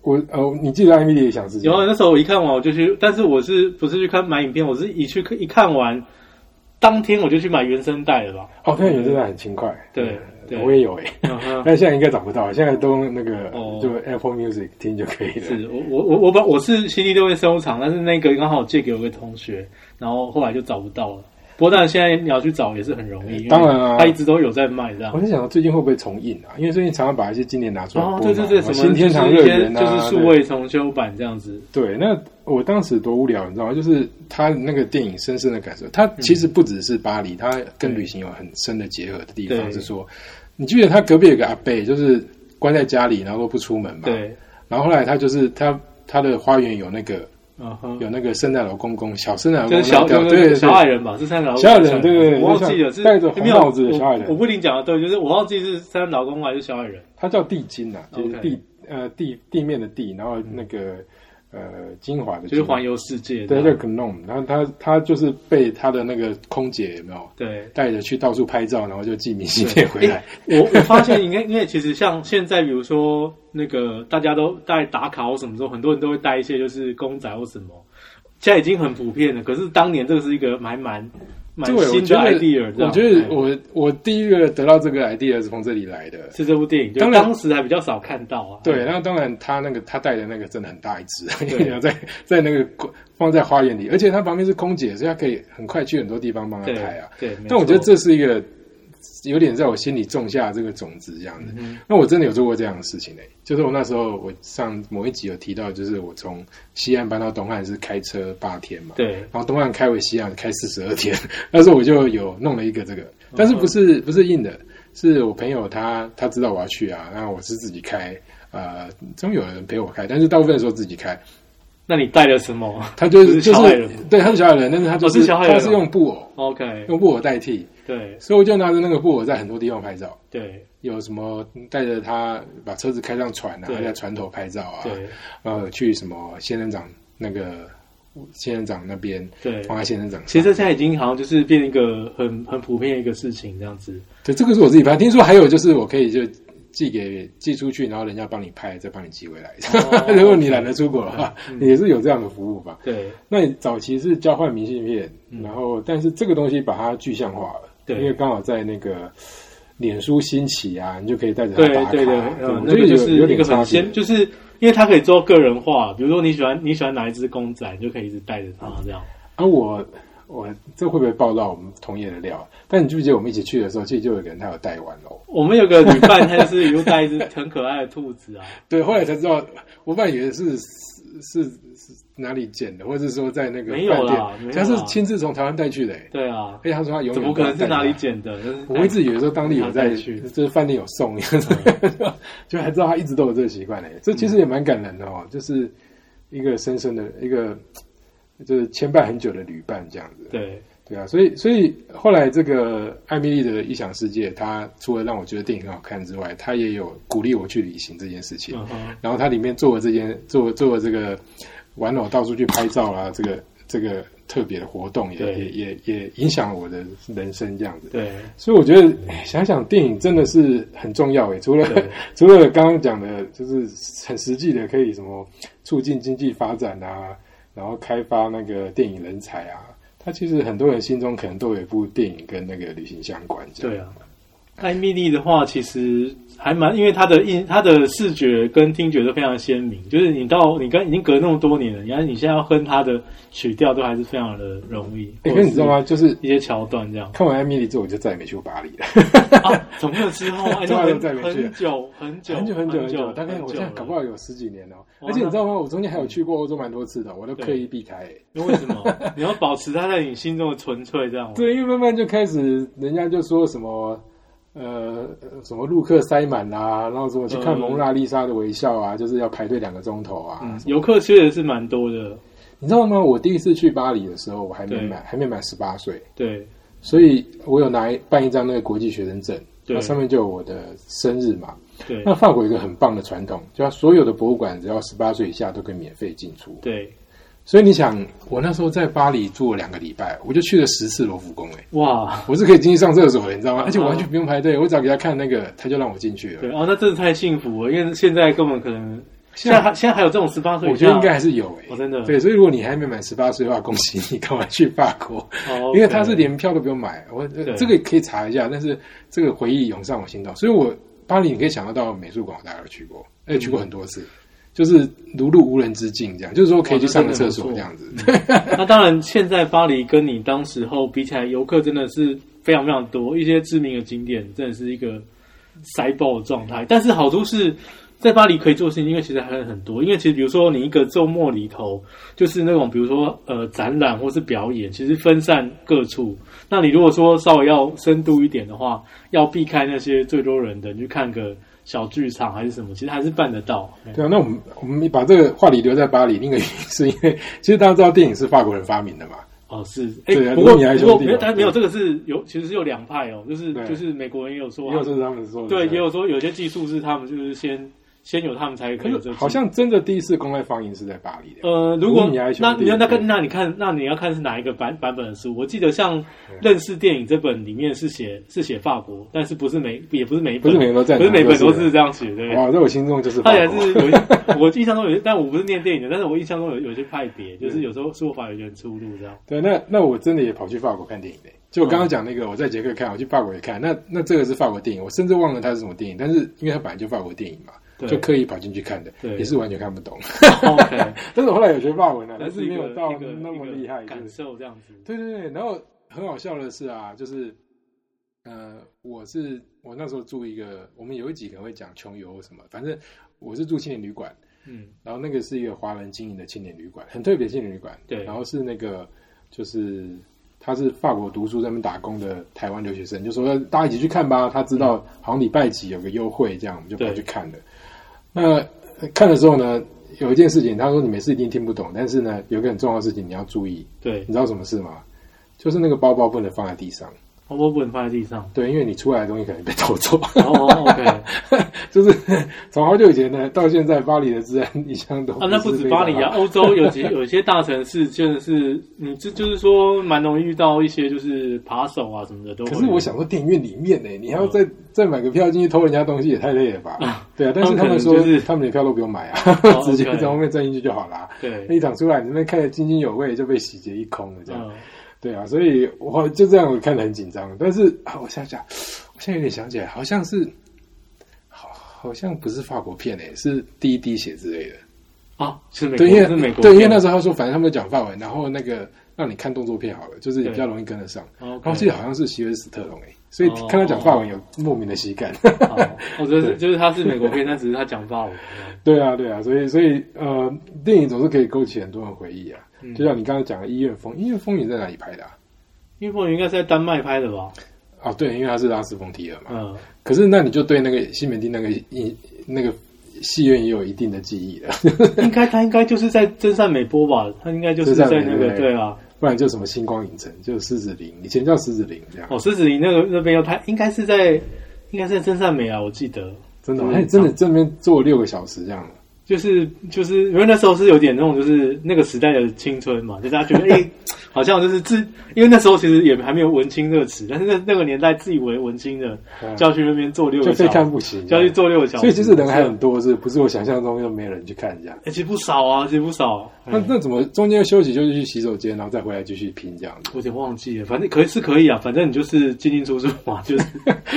Speaker 1: 我哦，你记得艾米丽也想自己
Speaker 2: 有啊，那时候我一看完我就去，但是我是不是去看买影片？我是一去一看完，当天我就去买原声带 了吧？
Speaker 1: 哦，那你真的很勤快。呃
Speaker 2: 对对
Speaker 1: 我也有 哎、
Speaker 2: 嗯哼
Speaker 1: 但现在应该找不到，现在都那个、
Speaker 2: 哦
Speaker 1: 就 Apple Music 听就可以了。
Speaker 2: 是我我我我把我是 CD 都会收藏，但是那个刚好借给我一个同学，然后后来就找不到了。不过当然现在你要去找也是很容易，因为
Speaker 1: 当然啊
Speaker 2: 他一直都有在卖这样
Speaker 1: 我。在想到最近会不会重印啊？因为最近常常把一些经典拿出来播
Speaker 2: 哦
Speaker 1: 嘛、，
Speaker 2: 对对对，什么
Speaker 1: 新天堂
Speaker 2: 就
Speaker 1: 乐
Speaker 2: 是一些
Speaker 1: 园啊，
Speaker 2: 就是数位重修版这样子。
Speaker 1: 对。对那我当时多无聊，你知道吗？就是他那个电影深深的感受，它
Speaker 2: 嗯
Speaker 1: 其实不只是巴黎，它跟旅行有很深的结合的地方
Speaker 2: 对
Speaker 1: 是说，你记得他隔壁有个阿贝，就是关在家里，然后都不出门嘛。。
Speaker 2: 对，
Speaker 1: 然后后来他就是他他的花园有那个
Speaker 2: 嗯哼，
Speaker 1: 有那个圣诞老公公，小圣诞老
Speaker 2: 就
Speaker 1: 公
Speaker 2: 是
Speaker 1: 公
Speaker 2: 小
Speaker 1: 那个
Speaker 2: 就
Speaker 1: 对对
Speaker 2: 是
Speaker 1: 对
Speaker 2: 小矮人吧，是三老
Speaker 1: 小矮人对对对
Speaker 2: 我
Speaker 1: 就
Speaker 2: 忘记
Speaker 1: 像
Speaker 2: 了是
Speaker 1: 戴着红
Speaker 2: 没有
Speaker 1: 帽子的小矮人
Speaker 2: 我我不一定讲的对，就是我忘记是三老公还是小矮人。
Speaker 1: 它叫地精啊，就是
Speaker 2: OK
Speaker 1: 地呃地地面的地，然后那个、呃精华的
Speaker 2: 就
Speaker 1: 精
Speaker 2: 是环游世界这
Speaker 1: 对，
Speaker 2: 样。
Speaker 1: 叫 Gnome，然后他他就是被他的那个空姐有没有
Speaker 2: 对
Speaker 1: 带着去到处拍照，然后就寄明信
Speaker 2: 对
Speaker 1: 片回来。
Speaker 2: 我我发现应该，因为其实像现在，比如说那个大家都带打卡或什么时候，很多人都会带一些就是公仔或什么，现在已经很普遍了。可是当年这个是一个蛮蛮蛮
Speaker 1: 对，我
Speaker 2: 新
Speaker 1: 觉
Speaker 2: 的
Speaker 1: 得
Speaker 2: idea，这
Speaker 1: 我
Speaker 2: 样
Speaker 1: 觉得
Speaker 2: 嗯
Speaker 1: 我我第一个得到这个 idea 是从这里来的。
Speaker 2: 是这部电影，就
Speaker 1: 当然
Speaker 2: 当时还比较少看到啊。
Speaker 1: 对，
Speaker 2: 嗯
Speaker 1: 那当然，他那个他带的那个真的很大一 只，因
Speaker 2: 对
Speaker 1: 为你要在在那个放在花园里，而且他旁边是空姐，所以他可以很快去很多地方帮他
Speaker 2: 对
Speaker 1: 拍啊。
Speaker 2: 对，没
Speaker 1: 但我觉得
Speaker 2: 错
Speaker 1: 这是一个有点在我心里种下这个种子这样子。
Speaker 2: 嗯
Speaker 1: 那我真的有做过这样的事情嘞、就是我那时候我上某一集有提到，就是我从西岸搬到东岸是开车八天嘛，
Speaker 2: 对
Speaker 1: 然后东岸开回西岸开四十二天， 那时候我就有弄了一个这个，
Speaker 2: 嗯
Speaker 1: 但是不是不是硬的，是我朋友他他知道我要去啊，然后我是自己开，呃，终于有人陪我开，但是大部分的时候自己开，
Speaker 2: 那你带了什么
Speaker 1: 他就
Speaker 2: 不
Speaker 1: 是
Speaker 2: 是
Speaker 1: 就
Speaker 2: 小矮
Speaker 1: 是
Speaker 2: 人
Speaker 1: 对他是小矮人，但是他就
Speaker 2: 哦是小矮人
Speaker 1: 他
Speaker 2: 哦
Speaker 1: 是用布偶
Speaker 2: ？OK，
Speaker 1: 用布偶代替，
Speaker 2: 对
Speaker 1: 所以我就拿着那个布偶在很多地方拍照，
Speaker 2: 对
Speaker 1: 有什么带着他把车子开上船啊，
Speaker 2: 对
Speaker 1: 在船头拍照啊，
Speaker 2: 对
Speaker 1: 呃，去什么仙人掌那个仙人掌那边
Speaker 2: 对。
Speaker 1: 放在仙人掌上。
Speaker 2: 其实现在已经好像就是变一个很很普遍的一个事情这样子。
Speaker 1: 对，这个是我自己拍。听说还有就是我可以就寄给寄出去，然后人家帮你拍，再帮你寄回来。
Speaker 2: 哦 嗯
Speaker 1: 如果你懒得出国的话，也是有这样的服务吧。
Speaker 2: 对
Speaker 1: 那你早期是交换明信片，然后但是这个东西把它具象化了，
Speaker 2: 对
Speaker 1: 因为刚好在那个脸书兴起啊，你就可以带着它
Speaker 2: 对
Speaker 1: 打卡，
Speaker 2: 对对，
Speaker 1: 我
Speaker 2: 嗯，
Speaker 1: 觉得
Speaker 2: 那个
Speaker 1: 有
Speaker 2: 就是
Speaker 1: 有
Speaker 2: 一
Speaker 1: 点
Speaker 2: 个
Speaker 1: 差
Speaker 2: 很
Speaker 1: 别
Speaker 2: 先，，就是因为它可以做个人化，比如说你喜欢你喜欢哪一只公仔，你就可以一直带着它这样。
Speaker 1: 啊，我我这会不会爆到我们同业的料？但你记不记得我们一起去的时候，其实就有一个人他有带玩偶，
Speaker 2: 我们有个女伴，她 就是又带一只很可爱的兔子啊，
Speaker 1: 对，后来才知道，我本来以为是是是是哪里捡的，或者是说在那个
Speaker 2: 没有
Speaker 1: 饭
Speaker 2: 啦
Speaker 1: 店，
Speaker 2: 没有
Speaker 1: 他是
Speaker 2: 啦
Speaker 1: 亲自从台湾带去的、欸，
Speaker 2: 对啊
Speaker 1: 而，且他说他永远
Speaker 2: 怎么可能是
Speaker 1: 都要带
Speaker 2: 哪里
Speaker 1: 它
Speaker 2: 捡的？真是
Speaker 1: 我一直以为说当地有在，
Speaker 2: 带去
Speaker 1: 就是饭店有送， 就还知道他一直都有这个习惯嘞。这其实也蛮感人的哦，就是一个深深的一个就是牵绊很久的旅伴这样子。
Speaker 2: 对
Speaker 1: 对啊，所以所以后来这个艾米丽的异想世界，它除了让我觉得电影很好看之外，它也有鼓励我去旅行这件事情。
Speaker 2: 嗯哼
Speaker 1: 然后它里面做了这件做做了这个玩偶到处去拍照啦、这个这个特别的活动也
Speaker 2: 对
Speaker 1: 也也也影响我的人生这样子。
Speaker 2: 对
Speaker 1: 所以我觉得哎想想电影真的是很重要诶，哎除 了
Speaker 2: 对
Speaker 1: 除了刚刚讲的，就是很实际的，可以什么促进经济发展啊，然后开发那个电影人才啊，它其实很多人心中可能都有一部电影跟那个旅行相关。这样
Speaker 2: 对，啊。艾米丽的话，其实还蛮，因为她的印、她的视觉跟听觉都非常鲜明。就是你到你跟已经隔那么多年了，你看你现在要哼她的曲调，都还是非常的容易。
Speaker 1: 哎、可是你知道？吗？就是
Speaker 2: 一些桥段这样
Speaker 1: 看完《艾米丽》之后，我就再也没去过巴黎了，
Speaker 2: 啊，怎么没有之后？哎，
Speaker 1: 对
Speaker 2: 那
Speaker 1: 啊
Speaker 2: 很
Speaker 1: 再没去
Speaker 2: 很久很久
Speaker 1: 很久很久很久，大概我现在
Speaker 2: 了
Speaker 1: 搞不好有十几年了。哦
Speaker 2: 哇
Speaker 1: 而且你知道吗？我中间还有去过欧洲蛮多次的，我都刻意避开、哎
Speaker 2: 那为什么 你要保持它在你心中的纯粹？这样吗，
Speaker 1: 对，因为慢慢就开始，人家就说什么，呃，什么陆客塞满啦、然后什么去看
Speaker 2: 嗯
Speaker 1: 蒙娜丽莎的微笑啊，就是要排队两个钟头啊。
Speaker 2: 嗯游客确实是蛮多的。
Speaker 1: 你知道吗？我第一次去巴黎的时候，我还没
Speaker 2: 对
Speaker 1: 满，还没满十八岁，
Speaker 2: 对
Speaker 1: 所以我有拿一办一张那个国际学生证，
Speaker 2: 对
Speaker 1: 那上面就有我的生日嘛。
Speaker 2: 对
Speaker 1: 那法国有一个很棒的传统，就它所有的博物馆只要十八岁以下都可以免费进出。
Speaker 2: 对，
Speaker 1: 所以你想，我那时候在巴黎住了两个礼拜，我就去了十次罗浮宫、欸，
Speaker 2: 哇，
Speaker 1: 我是可以进去上厕所的，你知道吗？而且我完全不用排队，我只要给他看那个，他就让我进去了。
Speaker 2: 啊对哦，那真的太幸福了，因为现在根本可能现在还现在还有这种十八岁以
Speaker 1: 我
Speaker 2: 下，
Speaker 1: 觉得应该还是有诶、
Speaker 2: 哦真的
Speaker 1: 对，所以如果你还没满十八岁的话，恭喜你， 赶快去法国，
Speaker 2: 哦，
Speaker 1: 因为他是
Speaker 2: OK
Speaker 1: 连票都不用买。我呃
Speaker 2: 对
Speaker 1: 这个可以查一下，但是这个回忆涌上我心头，所以我巴黎你可以想得到美术馆，我大概有去过，
Speaker 2: 嗯
Speaker 1: 而且去过很多次，就是如入无人之境这样，就是说可以
Speaker 2: 哦
Speaker 1: 去上个厕所这样子。
Speaker 2: 那当然，现在巴黎跟你当时候比起来，游客真的是非常非常多，一些知名的景点真的是一个塞爆的状态。但是好处是在巴黎可以做的事情，因为其实还有很多。因为其实比如说你一个周末里头，就是那种比如说呃展览或是表演，其实分散各处。那你如果说稍微要深度一点的话，要避开那些最多人的，你去看个小剧场还是什么，其实还是办得到。
Speaker 1: 对啊，那我们我们把这个话题留在巴黎，另一个原因是因为其实大家知道电影是法国人发明的嘛，
Speaker 2: 哦，是，哎、
Speaker 1: 对啊
Speaker 2: 不过
Speaker 1: 如果你还
Speaker 2: 不过
Speaker 1: 兄弟
Speaker 2: 没有，
Speaker 1: 嘛
Speaker 2: 但没有，
Speaker 1: 对
Speaker 2: 这个是有，其实是有两派哦，就是
Speaker 1: 对啊
Speaker 2: 就是美国人也有说
Speaker 1: 也
Speaker 2: 啊，
Speaker 1: 有是他们说的
Speaker 2: 对，也有说有些技术是他们就是先先有他们才可
Speaker 1: 可
Speaker 2: 以有这
Speaker 1: 是
Speaker 2: 个技术
Speaker 1: 好像真的第一次公开放映是在巴黎的，
Speaker 2: 呃，如果
Speaker 1: 如果你还
Speaker 2: 那
Speaker 1: 兄弟
Speaker 2: 那那
Speaker 1: 对
Speaker 2: 跟那你看，那你要看是哪一个版版本的书？我记得像《认识电影》这本里面是写是写法国，但是不是每也不是每一本，
Speaker 1: 不是每个人都赞
Speaker 2: 不
Speaker 1: 同
Speaker 2: 是每本都
Speaker 1: 就是
Speaker 2: 是这样写，对不对？
Speaker 1: 哇，在我心中就是
Speaker 2: 他
Speaker 1: 法
Speaker 2: 也
Speaker 1: 国。
Speaker 2: 是有一，我印象中有，但我不是念电影的，但是我印象中有有些派别，就是有时候说法有点出入这样。
Speaker 1: 对，那那我真的也跑去法国看电影嘞。就我刚刚讲那个，我在捷克看，我去法国也看。那那这个是法国电影，我甚至忘了它是什么电影，但是因为它本来就法国电影嘛，
Speaker 2: 对
Speaker 1: 就刻意跑进去看的，
Speaker 2: 对
Speaker 1: 也是完全看不懂。
Speaker 2: OK。
Speaker 1: 但是我后来有学法文了、
Speaker 2: 那
Speaker 1: 但
Speaker 2: 是
Speaker 1: 是
Speaker 2: 一
Speaker 1: 没
Speaker 2: 个
Speaker 1: 有到
Speaker 2: 一个
Speaker 1: 那么
Speaker 2: 一个
Speaker 1: 厉害。
Speaker 2: 感
Speaker 1: 就是
Speaker 2: 受这样子。
Speaker 1: 对对对，然后很好笑的是啊，就是呃，我是我那时候住一个，我们有一集可能会讲穷游什么，反正我是住青年旅馆，
Speaker 2: 嗯，
Speaker 1: 然后那个是一个华人经营的青年旅馆，很特别的青年旅馆。
Speaker 2: 对
Speaker 1: 然后是那个就是他是法国读书在那边打工的台湾留学生，就说呃大家一起去看吧。他知道好像礼拜几有个优惠，这样我们就跑去看了。那呃看的时候呢，有一件事情，他说你每次一定听不懂，但是呢，有一个很重要的事情你要注意，
Speaker 2: 对，
Speaker 1: 你知道什么事吗？就是那个包包不能放在地上，
Speaker 2: 包包不能放在地上。
Speaker 1: 对，因为你出来的东西可能被偷走。
Speaker 2: 哦哦，OK，啊，
Speaker 1: 就是从好久以前呢到现在，巴黎的治安一向都
Speaker 2: 那不
Speaker 1: 是
Speaker 2: 止
Speaker 1: 非常
Speaker 2: 巴黎啊，
Speaker 1: 好
Speaker 2: 欧洲有几有一些大城市真的是，你这就是说蛮容易遇到一些就是扒手啊什么的都会。
Speaker 1: 可是我想说，电影院里面呢、你还要再、再买个票进去偷人家东西，也太累了吧？对啊，但是
Speaker 2: 嗯
Speaker 1: 他
Speaker 2: 他
Speaker 1: 们
Speaker 2: 们可能
Speaker 1: 说
Speaker 2: 就是
Speaker 1: 他们连票都不用买啊，
Speaker 2: 哦
Speaker 1: 直接
Speaker 2: OK
Speaker 1: 在外面站进去就好啦。那
Speaker 2: 对，
Speaker 1: 一场出来，你那边看得津津有味，就被洗劫一空了，这样。
Speaker 2: 嗯，
Speaker 1: 对啊，所以我就这样，我看得很紧张。但是啊，我想想，我现在有点想起来，好像是，好，好像不是法国片诶、是第一滴血之类的。
Speaker 2: 啊，是美国，
Speaker 1: 对，因为
Speaker 2: 是美国片，啊
Speaker 1: 对，因为那时候他说，反正他们讲法文，然后那个让你看动作片好了，就是也比较容易跟得上。
Speaker 2: 哦，OK
Speaker 1: 然后记得好像是席尔斯特龙诶、所以看他讲法文有莫名的喜感。
Speaker 2: 好我觉得哦就是他是美国片，但只是他讲法文。
Speaker 1: 对啊，对啊，所以所以呃，电影总是可以勾起很多人回忆啊。
Speaker 2: 嗯
Speaker 1: 就像你刚刚讲的《医院风》，《医院风云》在哪里拍的啊？
Speaker 2: 因为风云应该是在丹麦拍的吧？
Speaker 1: 哦，对，因为他是拉斯冯提尔嘛。
Speaker 2: 嗯，
Speaker 1: 可是那你就对那个西门町那个影那个戏院也有一定的记忆了，
Speaker 2: 应该他应该就是在真善美波吧？他应该就是在
Speaker 1: 真善美
Speaker 2: 那个
Speaker 1: 对
Speaker 2: 对啊，
Speaker 1: 不然就什么星光影城，就狮子林，以前叫狮子林这样。
Speaker 2: 哦，狮子林那个那边要拍，应该是在应该是在真善美啊，我记得。
Speaker 1: 真的吗，
Speaker 2: 嗯
Speaker 1: 哎，真的这边坐六个小时这样。
Speaker 2: 就是就是因为那时候是有点那种就是那个时代的青春嘛，就大家觉 得哎、诶好像就是自，因为那时候其实也还没有文青这个词，但是那那个年代自以为文青的，
Speaker 1: 嗯
Speaker 2: 就要去那边坐六
Speaker 1: 就
Speaker 2: 个小
Speaker 1: 非
Speaker 2: 时，
Speaker 1: 看不行，啊
Speaker 2: 就要去坐六个小时，
Speaker 1: 所以其实人还很
Speaker 2: 诶、
Speaker 1: 多，是不是？我想象中又没有人去看这样。
Speaker 2: 其实不少啊，其实不少，
Speaker 1: 那
Speaker 2: 嗯
Speaker 1: 那怎么中间休息就是去洗手间，然后再回来继续拼这样子？
Speaker 2: 我有点忘记了，反正可以是可以啊，反正你就是进进出出嘛， 就是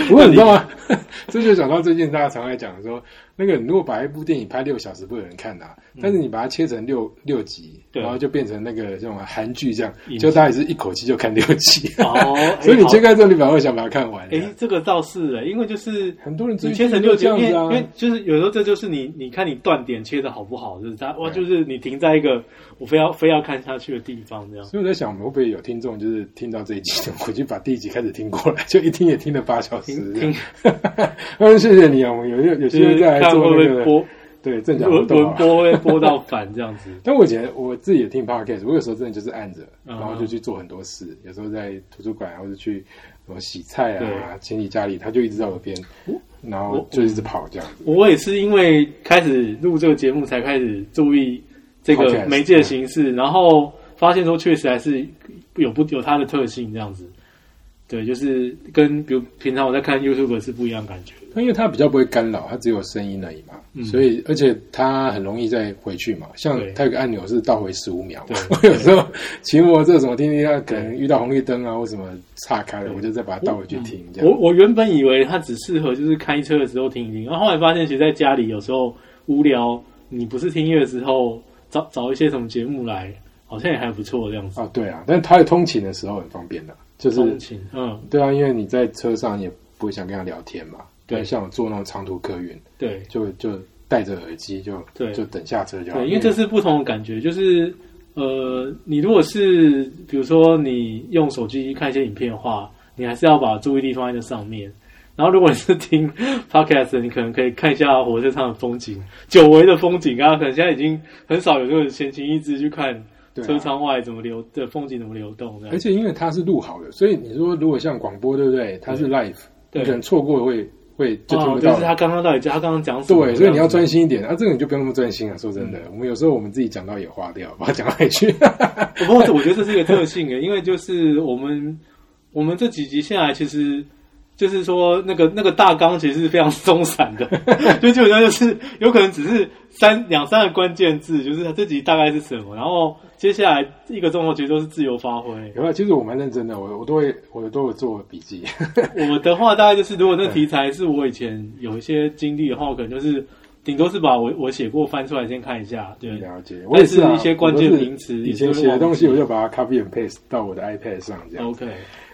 Speaker 1: 不过你知道吗？ 这就讲到最近大家常来讲说，那个你如果把一部电影拍六小时不会有人看的、啊，但是你把它切成六六集，
Speaker 2: 嗯对
Speaker 1: 然后就变成那个这种韩剧这样
Speaker 2: 影集，
Speaker 1: 就大家也是一口气就看六集。
Speaker 2: 哦，诶
Speaker 1: 所以你
Speaker 2: 好
Speaker 1: 切开之后，你反而会想把它看完。啊
Speaker 2: 哎、这个倒是哎、因为就是
Speaker 1: 很多人追
Speaker 2: 你
Speaker 1: 剧
Speaker 2: 切成六集，
Speaker 1: 就
Speaker 2: 因
Speaker 1: 这
Speaker 2: 为
Speaker 1: 样子啊
Speaker 2: 因为就是有时候这就是你你看你断点切的好不好，就是它哇，
Speaker 1: 对
Speaker 2: 就是你停在一个我非要非要看下去的地方这样。
Speaker 1: 所以我在想，我们会不会有听众就是听到这一集，我就把第一集开始听过来，就一听也听了八小时
Speaker 2: 听
Speaker 1: 这样。嗯，谢谢你啊，我们有有有
Speaker 2: 就
Speaker 1: 机会
Speaker 2: 是
Speaker 1: 再来
Speaker 2: 看会
Speaker 1: 做
Speaker 2: 不
Speaker 1: 那个
Speaker 2: 会播
Speaker 1: 对正讲不
Speaker 2: 轮
Speaker 1: 动
Speaker 2: 轮
Speaker 1: 啊。
Speaker 2: 播会播到反 这样子。
Speaker 1: 但我以前我自己也听 podcast，我有时候真的就是按着，
Speaker 2: 嗯
Speaker 1: 然后就去做很多事。有时候在图书馆啊，或者去什么洗菜啊、
Speaker 2: 对哦
Speaker 1: 清理家里，他就一直在我边，然后
Speaker 2: 我
Speaker 1: 就一直跑这样子。
Speaker 2: 我也是因为开始录这个节目，才开始注意这个
Speaker 1: Podcast，
Speaker 2: 媒介的形式，然后发现说确实还是有不有它的特性这样子。对，就是跟比如平常我在看 YouTube 是不一样的感觉的。
Speaker 1: 那因为它比较不会干扰，它只有声音而已嘛，
Speaker 2: 嗯
Speaker 1: 所以而且它很容易再回去嘛。像
Speaker 2: 对
Speaker 1: 它有个按钮是倒回十五秒嘛， 我
Speaker 2: 对
Speaker 1: 有时候骑摩托车什么听听，它可能遇到红绿灯啊或什么岔开了，
Speaker 2: 对哦
Speaker 1: 我就再把它倒回去听这
Speaker 2: 我
Speaker 1: 样。
Speaker 2: 我原本以为它只适合就是开车的时候听一听，然后后来发现，其实在家里有时候无聊，你不是听音乐的时候，找找一些什么节目来，好像也还不错这样子。
Speaker 1: 啊，对啊，但它在通勤的时候很方便的，就是
Speaker 2: 通勤，嗯，
Speaker 1: 对啊，因为你在车上也不会想跟他聊天嘛。
Speaker 2: 对
Speaker 1: 像我坐那种长途客运，
Speaker 2: 对
Speaker 1: 就就戴着耳机就
Speaker 2: 对
Speaker 1: 就等下车就好。
Speaker 2: 对，因为这是不同的感觉，就是呃，你如果是比如说你用手机看一些影片的话，你还是要把注意力放在这上面。然后，如果你是听 podcast，你可能可以看一下火车上的风景，久违的风景啊，可能现在已经很少有这个闲情逸致去看
Speaker 1: 对啊哎
Speaker 2: 车窗外怎么流的风景怎么流动这样
Speaker 1: 而。且因为它是录好的，所以你说如果像广播，对不对？它是 live，你
Speaker 2: 对
Speaker 1: 可能错过会会就听
Speaker 2: 哦
Speaker 1: 不，
Speaker 2: 就
Speaker 1: 到
Speaker 2: 是。他刚刚到底他刚刚讲什么？
Speaker 1: 对，所以你要
Speaker 2: 这
Speaker 1: 专
Speaker 2: 样子。嗯
Speaker 1: 心一点啊！这个你就不用那么专心啊。说真的，我们有时候我们自己讲到也花掉，把它讲到哪里去？
Speaker 2: 不过我觉得这是一个特性欸诶，因为就是我们我们这几集下来，其实就是说那个那个大纲其实是非常松散 的，就基本上就是有可能只是三两三个关键字，就是它这集大概是什么，然后接下来一个钟头其实都是自由发挥。
Speaker 1: 有啊，其实我蛮认真的，我我都会我都有做笔记。
Speaker 2: 我的话大概就是，如果那题材是我以前有一些经历的话，我可能就是顶多是把我我写过翻出来先看一下，对。
Speaker 1: 了解，我也是啊
Speaker 2: 但是一些关键名词
Speaker 1: 我都是以
Speaker 2: 也是会
Speaker 1: 前写的东西，
Speaker 2: 忘
Speaker 1: 我
Speaker 2: 记
Speaker 1: 就把它 copy and paste 到我的 iPad 上这样。
Speaker 2: OK，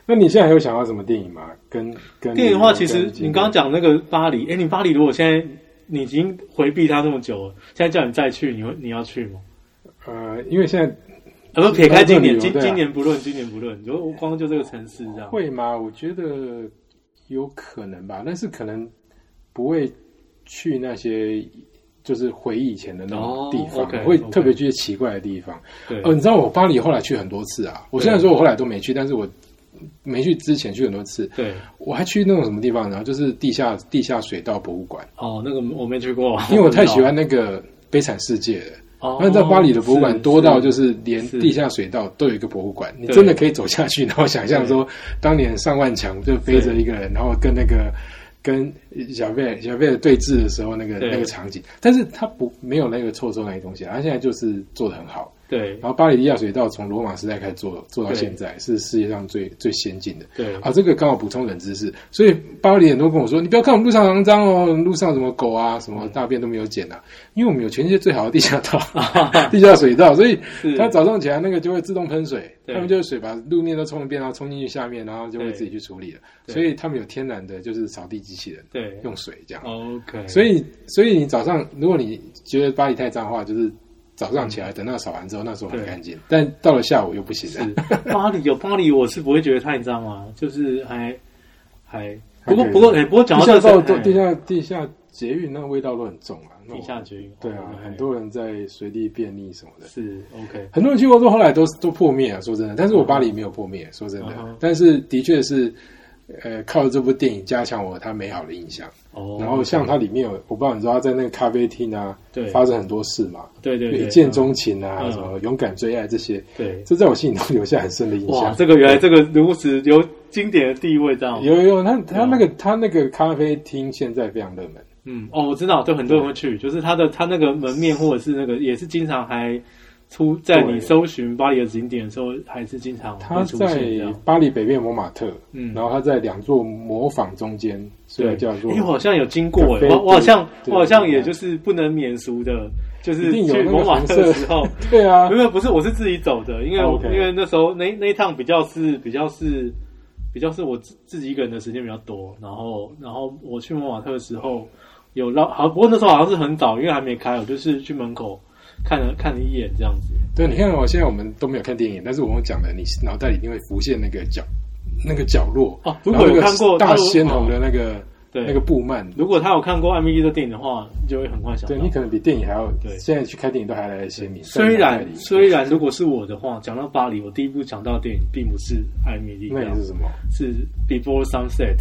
Speaker 1: 那你现在还有想要什么电影吗？跟跟
Speaker 2: 电影的话，其实
Speaker 1: 跟
Speaker 2: 你刚刚讲那个巴黎，哎，你巴黎如果现在你已经回避它那么久了，现在叫你再去，你会你要去吗？
Speaker 1: 呃，因为现在
Speaker 2: 啊，不，撇开今年，
Speaker 1: 不是
Speaker 2: 今
Speaker 1: 不是
Speaker 2: 今年不论，今年不论，就光就这个城市这样。
Speaker 1: 会吗？我觉得有可能吧，但是可能不会去那些就是回忆以前的那种
Speaker 2: 哦
Speaker 1: 地方，
Speaker 2: OK，
Speaker 1: 会
Speaker 2: OK
Speaker 1: 特别去奇怪的地方。
Speaker 2: 对，
Speaker 1: 哦，你知道我巴黎后来去很多次啊，我虽然说我后来都没去，但是我没去之前去很多次，
Speaker 2: 对，
Speaker 1: 我还去那种什么地方，然后就是地下地下水道博物馆，
Speaker 2: 哦，那个我没去过，
Speaker 1: 因为我太喜欢那个悲惨世界了。
Speaker 2: 哦。
Speaker 1: 那你知道巴黎的博物馆多到就是连
Speaker 2: 是
Speaker 1: 地下水道都有一个博物馆，你
Speaker 2: 对
Speaker 1: 真的可以走下去，然后想象说当年上万强就背着一个人，然后跟那个跟小贝小贝尔对峙的时候那个
Speaker 2: 对
Speaker 1: 那个场景，但是他不没有那个臭臭那些东西，啊他现在就是做的很好。
Speaker 2: 是对
Speaker 1: 然后巴黎地下水道从罗马时代开始做做到
Speaker 2: 对
Speaker 1: 现在，是世界上最最先进的。
Speaker 2: 对
Speaker 1: 啊，这个刚好补充冷知识，所以巴黎很多人跟我说，你不要看我们路上肮脏哦，路上什么狗啊、什
Speaker 2: 嗯
Speaker 1: 么大便都没有捡啊，因为我们有全世界最好的地下 道、地下水道，所以
Speaker 2: 是
Speaker 1: 它早上起来那个就会自动喷水，
Speaker 2: 对
Speaker 1: 他们就是水把路面都冲一遍，然后冲进去下面，然后就会
Speaker 2: 对
Speaker 1: 自己去处理了，
Speaker 2: 对
Speaker 1: 所以他们有天然的就是扫地机器人
Speaker 2: 对
Speaker 1: 用水这样，
Speaker 2: ，OK，
Speaker 1: 所以所以你早上如果你觉得巴黎太脏的话，就是。早上起来，等到扫完之后，那时候很
Speaker 2: 对
Speaker 1: 干净，但到了下午又不行了。
Speaker 2: 是巴黎有巴黎，我是不会觉得太脏啊，就是还还不过
Speaker 1: 还可以
Speaker 2: 不过哎，不过讲
Speaker 1: 地
Speaker 2: 到
Speaker 1: 下
Speaker 2: 这
Speaker 1: 道
Speaker 2: 个
Speaker 1: 都
Speaker 2: 哎
Speaker 1: 地下地下捷运那个味道都很重啊，那
Speaker 2: 地
Speaker 1: 种
Speaker 2: 下绝育，
Speaker 1: 对啊，
Speaker 2: OK
Speaker 1: 很多人在随地便利什么的，
Speaker 2: 哎是 OK，
Speaker 1: 很多人去欧洲后来都都破灭啊，说真的，但是我巴黎没有破灭，说真的
Speaker 2: 嗯嗯哼，
Speaker 1: 但是的确是。呃，靠这部电影加强我它美好的印象。
Speaker 2: 哦，
Speaker 1: 然后像它里面有，我不知道你知道，在那个咖啡厅啊，
Speaker 2: 对
Speaker 1: 发生很多事嘛，
Speaker 2: 对对
Speaker 1: 有
Speaker 2: 对，
Speaker 1: 一见钟情啊，
Speaker 2: 嗯
Speaker 1: 什么勇敢追爱这些，
Speaker 2: 对，
Speaker 1: 这在我心里头留下很深的印
Speaker 2: 哇，
Speaker 1: 象。
Speaker 2: 这个原来这个如此有经典的地位，这样。
Speaker 1: 有有有，他他
Speaker 2: 嗯
Speaker 1: 那个他那个咖啡厅现在非常热门，
Speaker 2: 嗯，哦，我知道，对，很多人会去，就是它的它那个门面或者是那个也是经常还出在
Speaker 1: 对
Speaker 2: 你搜寻巴黎的景点的时候，还是经常
Speaker 1: 它
Speaker 2: 会出
Speaker 1: 在
Speaker 2: 现这样。
Speaker 1: 巴黎北面蒙马特，
Speaker 2: 嗯
Speaker 1: 然后它在两座模仿中间，所以叫做
Speaker 2: 因为我好像有经过
Speaker 1: 对
Speaker 2: 诶，我我好像
Speaker 1: 对
Speaker 2: 我好像也就是不能免俗的，就是
Speaker 1: 一定有
Speaker 2: 去
Speaker 1: 那个
Speaker 2: 罗马
Speaker 1: 红
Speaker 2: 特
Speaker 1: 色
Speaker 2: 的时候，
Speaker 1: 对啊哦
Speaker 2: 没，有不是，我是自己走的，因为我
Speaker 1: OK
Speaker 2: 因为那时候那那一趟比较是比较是比较是我自自己一个人的时间比较多，然后然后我去蒙马特的时候有绕，好不过那时候好像是很早，因为还没开，我就是去门口看了看了一眼这样子。
Speaker 1: 对，你看哦，现在我们都没有看电影，但是我们讲的，你脑袋里一定会浮现那个角，那个角落
Speaker 2: 哦如果
Speaker 1: 然
Speaker 2: 有
Speaker 1: 后那个
Speaker 2: 看过
Speaker 1: 大
Speaker 2: 如果
Speaker 1: 鲜红的那个
Speaker 2: 对
Speaker 1: 那个布幔，
Speaker 2: 如果他有看过艾米丽的电影的话，你就会很快想到
Speaker 1: 对。你可能比电影还要
Speaker 2: 对，
Speaker 1: 现在去看电影都还来得鲜明。
Speaker 2: 虽
Speaker 1: 在
Speaker 2: 然
Speaker 1: 你脑袋里
Speaker 2: 虽然，如果是我的话，讲到巴黎，我第一部讲到的电影并不是艾米丽，
Speaker 1: 那也是什么？
Speaker 2: 是 Before Sunset。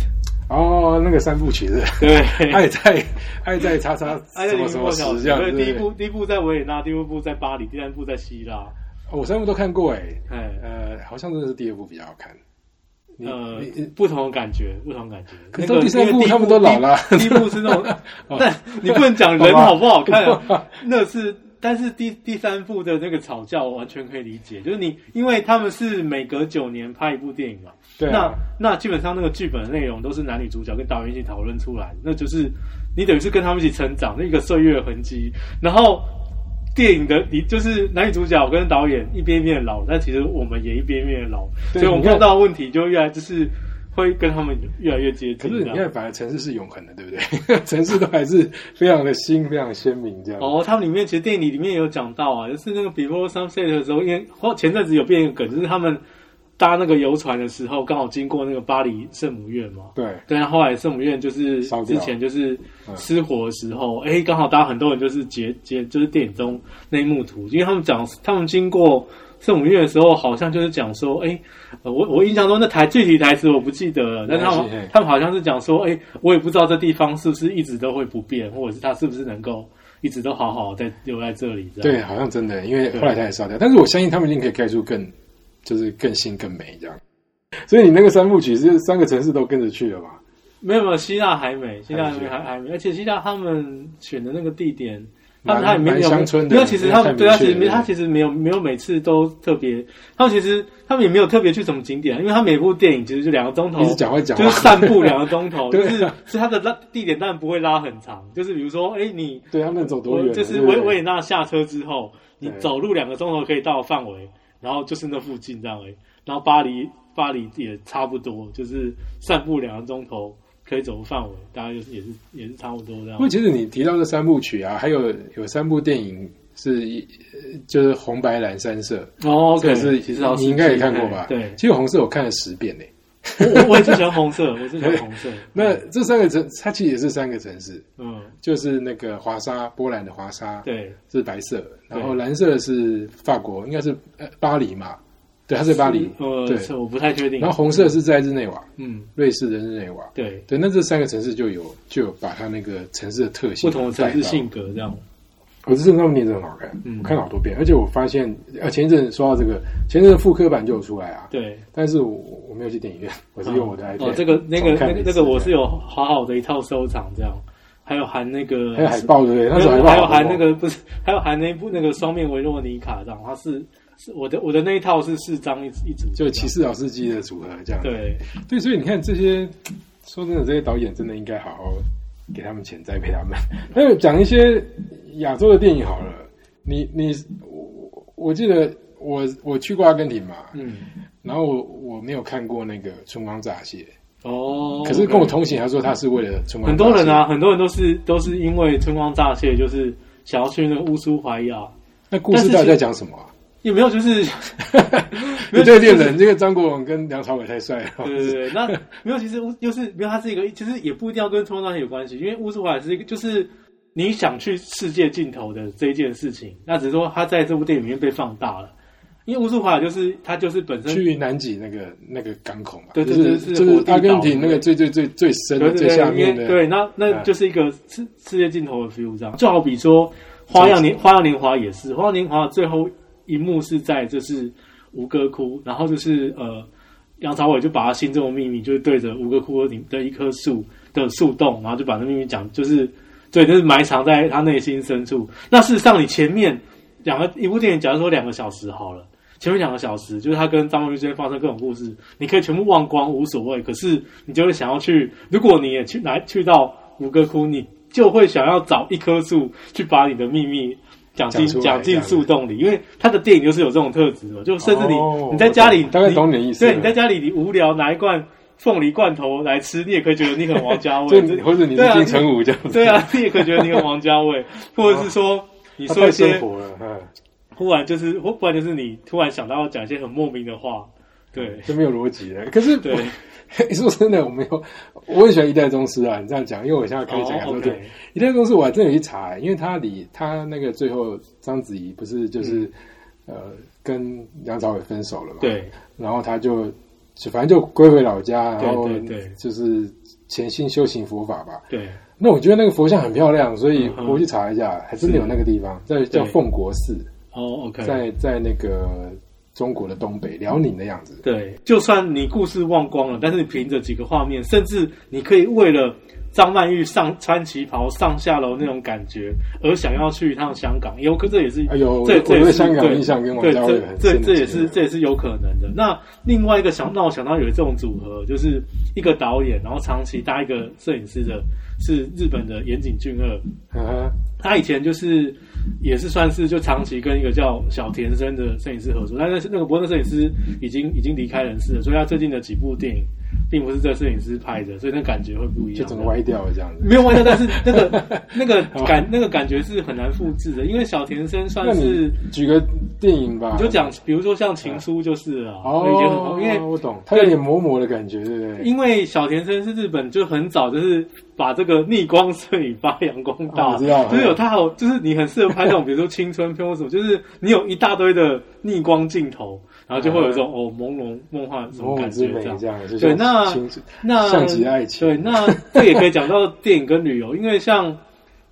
Speaker 1: 哦，那个三部曲 的
Speaker 2: 对，
Speaker 1: 《爱在爱在叉叉
Speaker 2: 哎
Speaker 1: 什么什么时》这样
Speaker 2: 对，
Speaker 1: 子。
Speaker 2: 第一部第一部在维也纳，第二部在巴黎，第三部在希腊。
Speaker 1: 哦我三部都看过哎，
Speaker 2: 哎，
Speaker 1: 呃，好像真的是第二部比较好看。你
Speaker 2: 呃
Speaker 1: 你，
Speaker 2: 不同的感觉，不同的感觉。
Speaker 1: 可是
Speaker 2: 那个
Speaker 1: 到第三
Speaker 2: 因为
Speaker 1: 部
Speaker 2: 第一
Speaker 1: 他们都老了
Speaker 2: 第一第一部是 那种，但你不能讲人好不好看啊，那是。但是第第三部的那个吵架，我完全可以理解，就是你，因为他们是每隔九年拍一部电影嘛，
Speaker 1: 对啊
Speaker 2: 那那基本上那个剧本的内容都是男女主角跟导演一起讨论出来，那就是你等于是跟他们一起成长，那个岁月的痕迹。然后电影的你就是男女主角跟导演一遍一遍地老，但其实我们也一遍一遍地老，
Speaker 1: 对
Speaker 2: 所以我们
Speaker 1: 你看
Speaker 2: 碰到的问题就越来就是会跟他们越来越接
Speaker 1: 可
Speaker 2: 近。
Speaker 1: 是你
Speaker 2: 这样
Speaker 1: 看，反而城市 是永恒的，对不对？城市都还是非常的新，非常地鲜明这样。
Speaker 2: 哦，他们里面其实电影里面也有讲到啊，就是那个 Before Sunset 的时候，因为后前阵子有变一个梗，就是他们搭那个游船的时候，刚好经过那个巴黎圣母院嘛，
Speaker 1: 对，
Speaker 2: 对，然后后来圣母院就是
Speaker 1: 烧
Speaker 2: 之
Speaker 1: 掉嗯
Speaker 2: 前就是失火的时候，哎、刚好大家很多人就是截截就是电影中那一幕图，因为他们讲他们经过圣母院的时候，好像就是讲说，哎、呃我我印象中那台具体台词我不记得了，但是他
Speaker 1: 没关系
Speaker 2: 们
Speaker 1: 嘿
Speaker 2: 他们好像是讲说，哎、我也不知道这地方是不是一直都会不变，或者是它是不是能够一直都好好在留在这里这样。
Speaker 1: 对，好像真的，因为后来他也烧掉，但是我相信他们一定可以盖出更，就是更新更美这样。所以你那个三部曲是三个城市都跟着去了吧？
Speaker 2: 没有没有，希腊还没，希腊
Speaker 1: 还没
Speaker 2: 还没
Speaker 1: 去
Speaker 2: 还还没，而且希腊他们选的那个地点，他们
Speaker 1: 蛮
Speaker 2: 他也没
Speaker 1: 蛮
Speaker 2: 有
Speaker 1: 乡村的
Speaker 2: 没有，其实他们
Speaker 1: 没
Speaker 2: 对
Speaker 1: 有
Speaker 2: 他
Speaker 1: 太明
Speaker 2: 其
Speaker 1: 确
Speaker 2: 实没
Speaker 1: 对
Speaker 2: 他其实没有没有每次都特别，他们其实他们也没有特别去什么景点，啊因为他每部电影其实就两个钟头
Speaker 1: 一直，讲会讲话，
Speaker 2: 就是散步两个钟头，就
Speaker 1: 对啊
Speaker 2: 是是他的拉地点当然不会拉很长，就是比如说哎你
Speaker 1: 对他们走多
Speaker 2: 我
Speaker 1: 远啊，
Speaker 2: 就是
Speaker 1: 对不
Speaker 2: 维
Speaker 1: 对
Speaker 2: 维也纳下车之后，你
Speaker 1: 对
Speaker 2: 走路两个钟头可以到的范围，然后就是那附近这样而已。然后巴黎巴黎也差不多，就是散步两个钟头可以走的范围，大概就是也是也是差不多这样
Speaker 1: 不过。其实你提到这三部曲啊，还有有三部电影是一呃就是红白蓝三色，
Speaker 2: 哦
Speaker 1: 这个是
Speaker 2: 其实老师
Speaker 1: 你应该也看过吧？
Speaker 2: 对，
Speaker 1: 其实红色我看了十遍呢。
Speaker 2: 我我也是喜欢红色，我是喜欢红色。
Speaker 1: 那这三个城，它其实也是三个城市，
Speaker 2: 嗯，
Speaker 1: 就是那个华沙，波兰的华沙
Speaker 2: 对
Speaker 1: 是白色，然后
Speaker 2: 对
Speaker 1: 蓝色的是法国，应该是呃巴黎嘛？对，它是巴黎。
Speaker 2: 呃，
Speaker 1: 对
Speaker 2: 是我不太确定。
Speaker 1: 然后红色是在日内瓦，
Speaker 2: 嗯，
Speaker 1: 瑞士的日内瓦。
Speaker 2: 对，
Speaker 1: 对，那这三个城市就有就有把它那个城市的特性
Speaker 2: 不同的城市
Speaker 1: 带到
Speaker 2: 性格这样。
Speaker 1: 我这阵他们念得很好看，
Speaker 2: 嗯
Speaker 1: 我看了好多遍，而且我发现，呃，前一阵说到这个，前一阵复刻版就有出来啊，
Speaker 2: 对，
Speaker 1: 但是我我没有去电影院，我是用我的 iPad、
Speaker 2: 啊哦，这个那个
Speaker 1: 重看了
Speaker 2: 那个
Speaker 1: 一次
Speaker 2: 那个我是有好好的一套收藏这样，还有含那个
Speaker 1: 还有海报对不对？那时候海
Speaker 2: 还有
Speaker 1: 报
Speaker 2: 还有
Speaker 1: 好
Speaker 2: 含
Speaker 1: 多
Speaker 2: 那个不是，还有含那一部那个双面维诺妮卡这样，它是是我的我的那一套是四张一一组，
Speaker 1: 就骑士老司机的组合这样，
Speaker 2: 对
Speaker 1: 对，所以你看这些，说真的，这些导演真的应该好好给他们钱栽培他们。 那讲一些亚洲的电影好了，你你我我记得我我去过阿根廷嘛，
Speaker 2: 嗯
Speaker 1: 然后我我没有看过那个《春光乍泄》。
Speaker 2: 哦，
Speaker 1: 可是跟我
Speaker 2: OK
Speaker 1: 同行，他说他是为了春光
Speaker 2: 很
Speaker 1: 乍
Speaker 2: 多
Speaker 1: 泄
Speaker 2: 人啊，，很多人都是都是因为春光乍泄，就是想要去那个乌苏怀亚，
Speaker 1: 那故事到底在讲什么、啊？
Speaker 2: 也没有就是
Speaker 1: 一
Speaker 2: 没
Speaker 1: 对
Speaker 2: 有就是
Speaker 1: 恋人，这个张国荣跟梁朝伟太帅了。
Speaker 2: 对对对，那没有，其实乌又是没有，它是一个，其实也不一定要跟通胀有关系，因为乌苏怀是一个，就是你想去世界尽头的这一件事情，那只是说它在这部电影里面被放大了，因为乌苏怀就是它就是本 身
Speaker 1: 去南极那个那个港口嘛，
Speaker 2: 对对
Speaker 1: 就是
Speaker 2: 对是
Speaker 1: 就
Speaker 2: 火
Speaker 1: 是
Speaker 2: 地岛
Speaker 1: 阿根廷那个最最最最深
Speaker 2: 对
Speaker 1: 的
Speaker 2: 对
Speaker 1: 最
Speaker 2: 对，
Speaker 1: 下
Speaker 2: 因
Speaker 1: 面
Speaker 2: 为
Speaker 1: 的，
Speaker 2: 对，那那
Speaker 1: 嗯
Speaker 2: 就是一个世世界尽头的 feel 这样，就好比说《花样年花样年华》也是，《花样年华》最后一幕是在就是吴哥窟，然后就是呃梁朝伟就把他心中的秘密，就是对着吴哥窟里的一棵树的树洞，然后就把那秘密讲，就是对，就是埋藏在他内心深处。那事实上，你前面两个一部电影，假如说两个小时好了。前面两个小时，就是他跟张文玉之间发生各种故事，你可以全部忘光无所谓。可是你就会想要去，如果你也去来去到吴哥窟，你就会想要找一棵树去把你的秘密讲进
Speaker 1: 讲出来
Speaker 2: 讲
Speaker 1: 这
Speaker 2: 进
Speaker 1: 样子
Speaker 2: 树洞里，因为他的电影就是有这种特质的，就甚至你、
Speaker 1: 哦
Speaker 2: 你在家里
Speaker 1: 我，大概
Speaker 2: 你
Speaker 1: 懂你的意思了。
Speaker 2: 对，你在家里你无聊拿一罐凤梨罐头来吃，你也可以觉得你很 王家
Speaker 1: 就
Speaker 2: 卫。
Speaker 1: 你
Speaker 2: 这
Speaker 1: 或者你
Speaker 2: 对
Speaker 1: 是
Speaker 2: 啊
Speaker 1: 金城武这样子，
Speaker 2: 对啊，你也可以觉得你很王家
Speaker 1: 哦
Speaker 2: 卫，或者是说你
Speaker 1: 他
Speaker 2: 说
Speaker 1: 太
Speaker 2: 一
Speaker 1: 生
Speaker 2: 些
Speaker 1: 活了，嗯，
Speaker 2: 忽然就是，或不然就是你突然想到要讲一些很莫名的话，对
Speaker 1: 这没有逻辑的。可是
Speaker 2: 对，
Speaker 1: 我 说真的，我没有，我很喜欢一代宗师啊。你这样讲，因为我现在开始讲
Speaker 2: 哦
Speaker 1: 感受对。
Speaker 2: ，OK，
Speaker 1: 一代宗师我还真有去查，欸因为他里他那个最后章子怡不是就是、
Speaker 2: 嗯
Speaker 1: 呃跟梁朝伟分手了嘛？。
Speaker 2: 对，
Speaker 1: 然后他就就反正就归回老家，
Speaker 2: 对
Speaker 1: 然后
Speaker 2: 对对
Speaker 1: 就是潜心修行佛法吧。
Speaker 2: 对，
Speaker 1: 那我觉得那个佛像很漂亮，所以
Speaker 2: 嗯哼
Speaker 1: 我去查一下，还真的有那个地方，在叫
Speaker 2: 对
Speaker 1: 奉国寺，
Speaker 2: 哦，OK，
Speaker 1: 在在那个中国的东北辽宁的样子。
Speaker 2: 对，就算你故事忘光了，但是你凭着几个画面，甚至你可以为了张曼玉上穿旗袍上下楼那种感觉，而想要去一趟香港，有可这也是，
Speaker 1: 哎呦，
Speaker 2: 这
Speaker 1: 我
Speaker 2: 这
Speaker 1: 我
Speaker 2: 也
Speaker 1: 对
Speaker 2: 是
Speaker 1: 香港
Speaker 2: 对
Speaker 1: 印象跟王
Speaker 2: 对，
Speaker 1: 家卫有很
Speaker 2: 这
Speaker 1: 深的
Speaker 2: 这
Speaker 1: 啊
Speaker 2: 这也
Speaker 1: 结合
Speaker 2: 是这也是有可能的。那另外一个想让我想到有这种组合，就是一个导演，然后长期搭一个摄影师的，是日本的岩井俊二，
Speaker 1: 嗯哼
Speaker 2: 他以前就是也是算是就长期跟一个叫小田生的摄影师合作，但是那个不过那摄影师已经已经离开人世了，所以他最近的几部电影并不是这摄影师拍的，所以那感觉会不一样。
Speaker 1: 就整个歪掉了这样子。
Speaker 2: 没有歪掉，但是那 个那个感那个感觉是很难复制的，因为小田生
Speaker 1: 那
Speaker 2: 算是
Speaker 1: 你举个电影吧，
Speaker 2: 你就讲，比如说像《情书》就是了啊，以前
Speaker 1: 哦，
Speaker 2: 很因为
Speaker 1: 我懂，它有点模模的感觉，对不对？
Speaker 2: 因为小田生是日本，就很早就是把这个逆光摄影发扬光大，
Speaker 1: 哦我知道
Speaker 2: 就是有他有，就是你很适合拍那种，比如说青春片或什么， 就是你有一大堆的逆光镜头，然后就会有一种、
Speaker 1: 嗯
Speaker 2: 哦朦胧梦幻什么
Speaker 1: 模
Speaker 2: 感
Speaker 1: 模
Speaker 2: 觉
Speaker 1: 之美
Speaker 2: 这样。
Speaker 1: 这样，就像
Speaker 2: 对那
Speaker 1: 亲子
Speaker 2: 那
Speaker 1: 哦像极爱情
Speaker 2: 对，那这也可以讲到电影跟旅游，因为像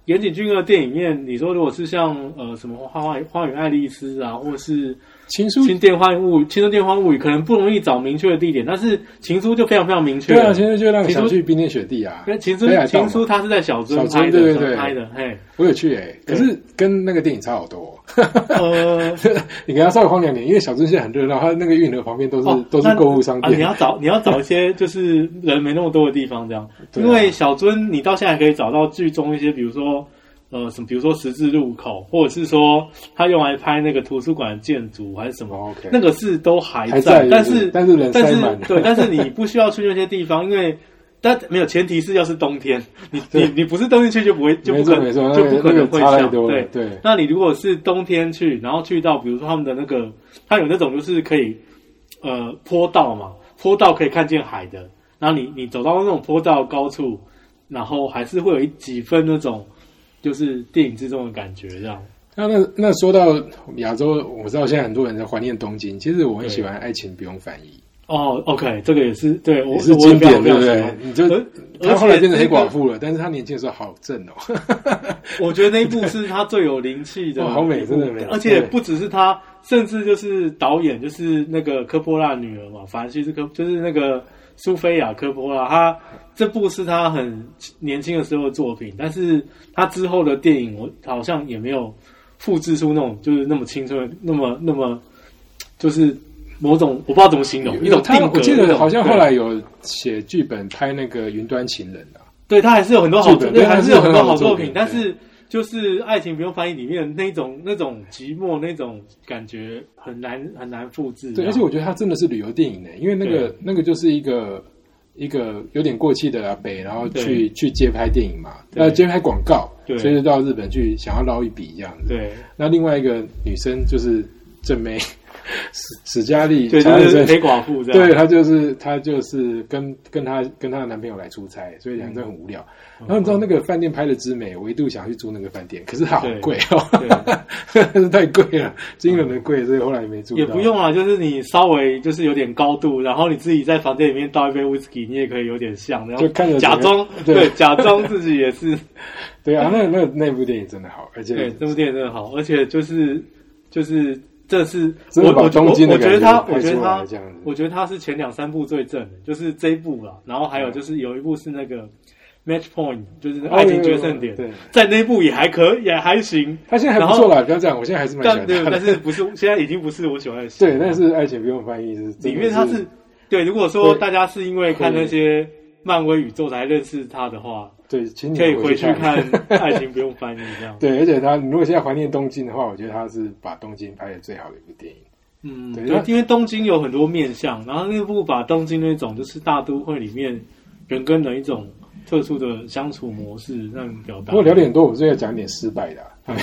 Speaker 2: 岩井俊二电影里面，你说如果是像呃什么花花花园爱丽丝啊，或是
Speaker 1: 情书
Speaker 2: 《新电幻物语》《青春电幻物语》，可能不容易找明确的地点，但是《情书》就非常非常明确
Speaker 1: 对
Speaker 2: 了。
Speaker 1: 啊，情书就让我
Speaker 2: 情
Speaker 1: 想
Speaker 2: 书
Speaker 1: 去冰天雪地啊
Speaker 2: 因为，情书
Speaker 1: 北海道嘛
Speaker 2: 情书它是在小樽
Speaker 1: 小樽
Speaker 2: 拍的，
Speaker 1: 对对对
Speaker 2: 小樽拍的， 嘿，
Speaker 1: 我有去诶，可是跟那个电影差好多 哦。
Speaker 2: 呃，
Speaker 1: 你给他稍微荒凉点，因为小樽现在很热闹，它那个运河旁边都是
Speaker 2: 哦
Speaker 1: 都是
Speaker 2: 那
Speaker 1: 购物商
Speaker 2: 啊，你
Speaker 1: 店。
Speaker 2: 要找你要找一些就是人没那么多的地方，这样，
Speaker 1: 对啊
Speaker 2: 因为小樽你到现在可以找到剧中一些，比如说呃什么，比如说十字路口，或者是说他用来拍那个图书馆的建筑还是什么，
Speaker 1: 哦，OK
Speaker 2: 那个是都还
Speaker 1: 还
Speaker 2: 在
Speaker 1: 在，
Speaker 2: 但
Speaker 1: 是不是
Speaker 2: 是
Speaker 1: 但是人
Speaker 2: 但
Speaker 1: 塞
Speaker 2: 是
Speaker 1: 满了
Speaker 2: 对，但是你不需要去那些地方，因为。但没有前提是要是冬天，你你
Speaker 1: 对
Speaker 2: 你不是冬天去就不会就
Speaker 1: 没
Speaker 2: 不
Speaker 1: 错
Speaker 2: 可
Speaker 1: 没错，
Speaker 2: 就
Speaker 1: 那
Speaker 2: 不
Speaker 1: 个
Speaker 2: 可
Speaker 1: 那个
Speaker 2: 能会
Speaker 1: 差太
Speaker 2: 像
Speaker 1: 多了
Speaker 2: 对。
Speaker 1: 对，
Speaker 2: 那你如果是冬天去，然后去到比如说他们的那个，它有那种就是可以呃坡道嘛，坡道可以看见海的。然后你你走到那种坡道高处，然后还是会有一几分那种就是电影之中的感觉这样。
Speaker 1: 那那那说到亚洲，我知道现在很多人在怀念东京，其实我很喜欢《爱情不用翻译
Speaker 2: 哦，OK，这个也是对》，我
Speaker 1: 也是
Speaker 2: 我
Speaker 1: 经典，
Speaker 2: 我
Speaker 1: 对
Speaker 2: 也
Speaker 1: 不
Speaker 2: 非常喜
Speaker 1: 对
Speaker 2: 欢？
Speaker 1: 你就
Speaker 2: 而而
Speaker 1: 他后来
Speaker 2: 且
Speaker 1: 变成黑
Speaker 2: 这个
Speaker 1: 寡妇了，但是他年轻的时候好正哦。
Speaker 2: 我觉得那一部是他最有灵气的一
Speaker 1: 哇
Speaker 2: 部，
Speaker 1: 好美真的美
Speaker 2: 而且不只是他，甚至就是导演，就是那个科波拉女儿嘛，凡西是科，就是那个苏菲亚科波拉，她这部是她很年轻的时候的作品，但是她之后的电影，我好像也没有复制出那种就是那么青春，那么那么就是某种我不知道怎么形容，一种定
Speaker 1: 他
Speaker 2: 格。
Speaker 1: 我记
Speaker 2: 那
Speaker 1: 得
Speaker 2: 种
Speaker 1: 好像
Speaker 2: 对
Speaker 1: 后来有写剧本拍那个《云端情人》啊，
Speaker 2: 对他还是有很多好
Speaker 1: 剧
Speaker 2: 作，
Speaker 1: 本对
Speaker 2: 还是有很多好作
Speaker 1: 还是有很好的作品
Speaker 2: 品，但是就是《爱情不用翻译》里面那种那种寂寞那种感觉很难很难复制。
Speaker 1: 对，而且我觉得它真的是旅游电影呢，因为那个那个就是一个一个有点过气的阿北，然后去去街拍电影嘛，
Speaker 2: 对
Speaker 1: 那街拍广告，
Speaker 2: 对
Speaker 1: 所以就到日本去想要捞一笔这样子。
Speaker 2: 对
Speaker 1: 那另外一个女生就是正妹史史嘉丽，
Speaker 2: 对，
Speaker 1: 乔
Speaker 2: 就
Speaker 1: 安
Speaker 2: 是
Speaker 1: 森
Speaker 2: 黑啊寡妇这样。
Speaker 1: 对她就是她就是跟跟她跟她的男朋友来出差，所以两个人很无聊。
Speaker 2: 嗯
Speaker 1: 然后你知道那个饭店拍的之美，我一度想要去住那个饭店，可是它好
Speaker 2: 对
Speaker 1: 贵哦， 太贵了，金额的贵，所以后来没住到。
Speaker 2: 也不用啊，就是你稍微就是有点高度，然后你自己在房间里面倒一杯 whisky，你也可以有点像，然后
Speaker 1: 就看着整
Speaker 2: 假
Speaker 1: 个
Speaker 2: 装
Speaker 1: 对
Speaker 2: 对假装自己也是
Speaker 1: 对啊，那那那部电影真的好，而且
Speaker 2: 对，这部电影真的好，而且就是就是这是
Speaker 1: 真
Speaker 2: 我
Speaker 1: 的把
Speaker 2: 我觉
Speaker 1: 东京的
Speaker 2: 我我觉得他，
Speaker 1: 感觉
Speaker 2: 我觉
Speaker 1: 拍出
Speaker 2: 得
Speaker 1: 来
Speaker 2: 他
Speaker 1: 这样子，
Speaker 2: 我觉得他是前两三部最正的，就是这一部啦，然后还有就是有一部是那个 Match Point，就是那个爱情决胜点，
Speaker 1: 哦有有有对
Speaker 2: 在那部也还可也还行，
Speaker 1: 他现在还不错啦，不要这样，我现在还是蛮喜
Speaker 2: 但
Speaker 1: 欢
Speaker 2: 对
Speaker 1: 他
Speaker 2: 但
Speaker 1: 的。
Speaker 2: 是不是现在已经不是我喜欢的戏，
Speaker 1: 对，但是爱情不用翻译是真的
Speaker 2: 里面他是对，如果说大家是因为看那些漫威宇宙才认识他的话，
Speaker 1: 对，请你
Speaker 2: 可以回去看
Speaker 1: 嗯看。
Speaker 2: 《爱情不用翻译》这样。
Speaker 1: 对，而且他你如果现在怀念东京的话，我觉得他是把东京拍的最好的一部电影。
Speaker 2: 嗯，
Speaker 1: 对
Speaker 2: 对
Speaker 1: 那，
Speaker 2: 因为东京有很多面向，然后那部把东京那种就是大都会里面人跟人一种特殊的相处模式让你表达。
Speaker 1: 不过聊点多，我是要讲一点失败的、啊，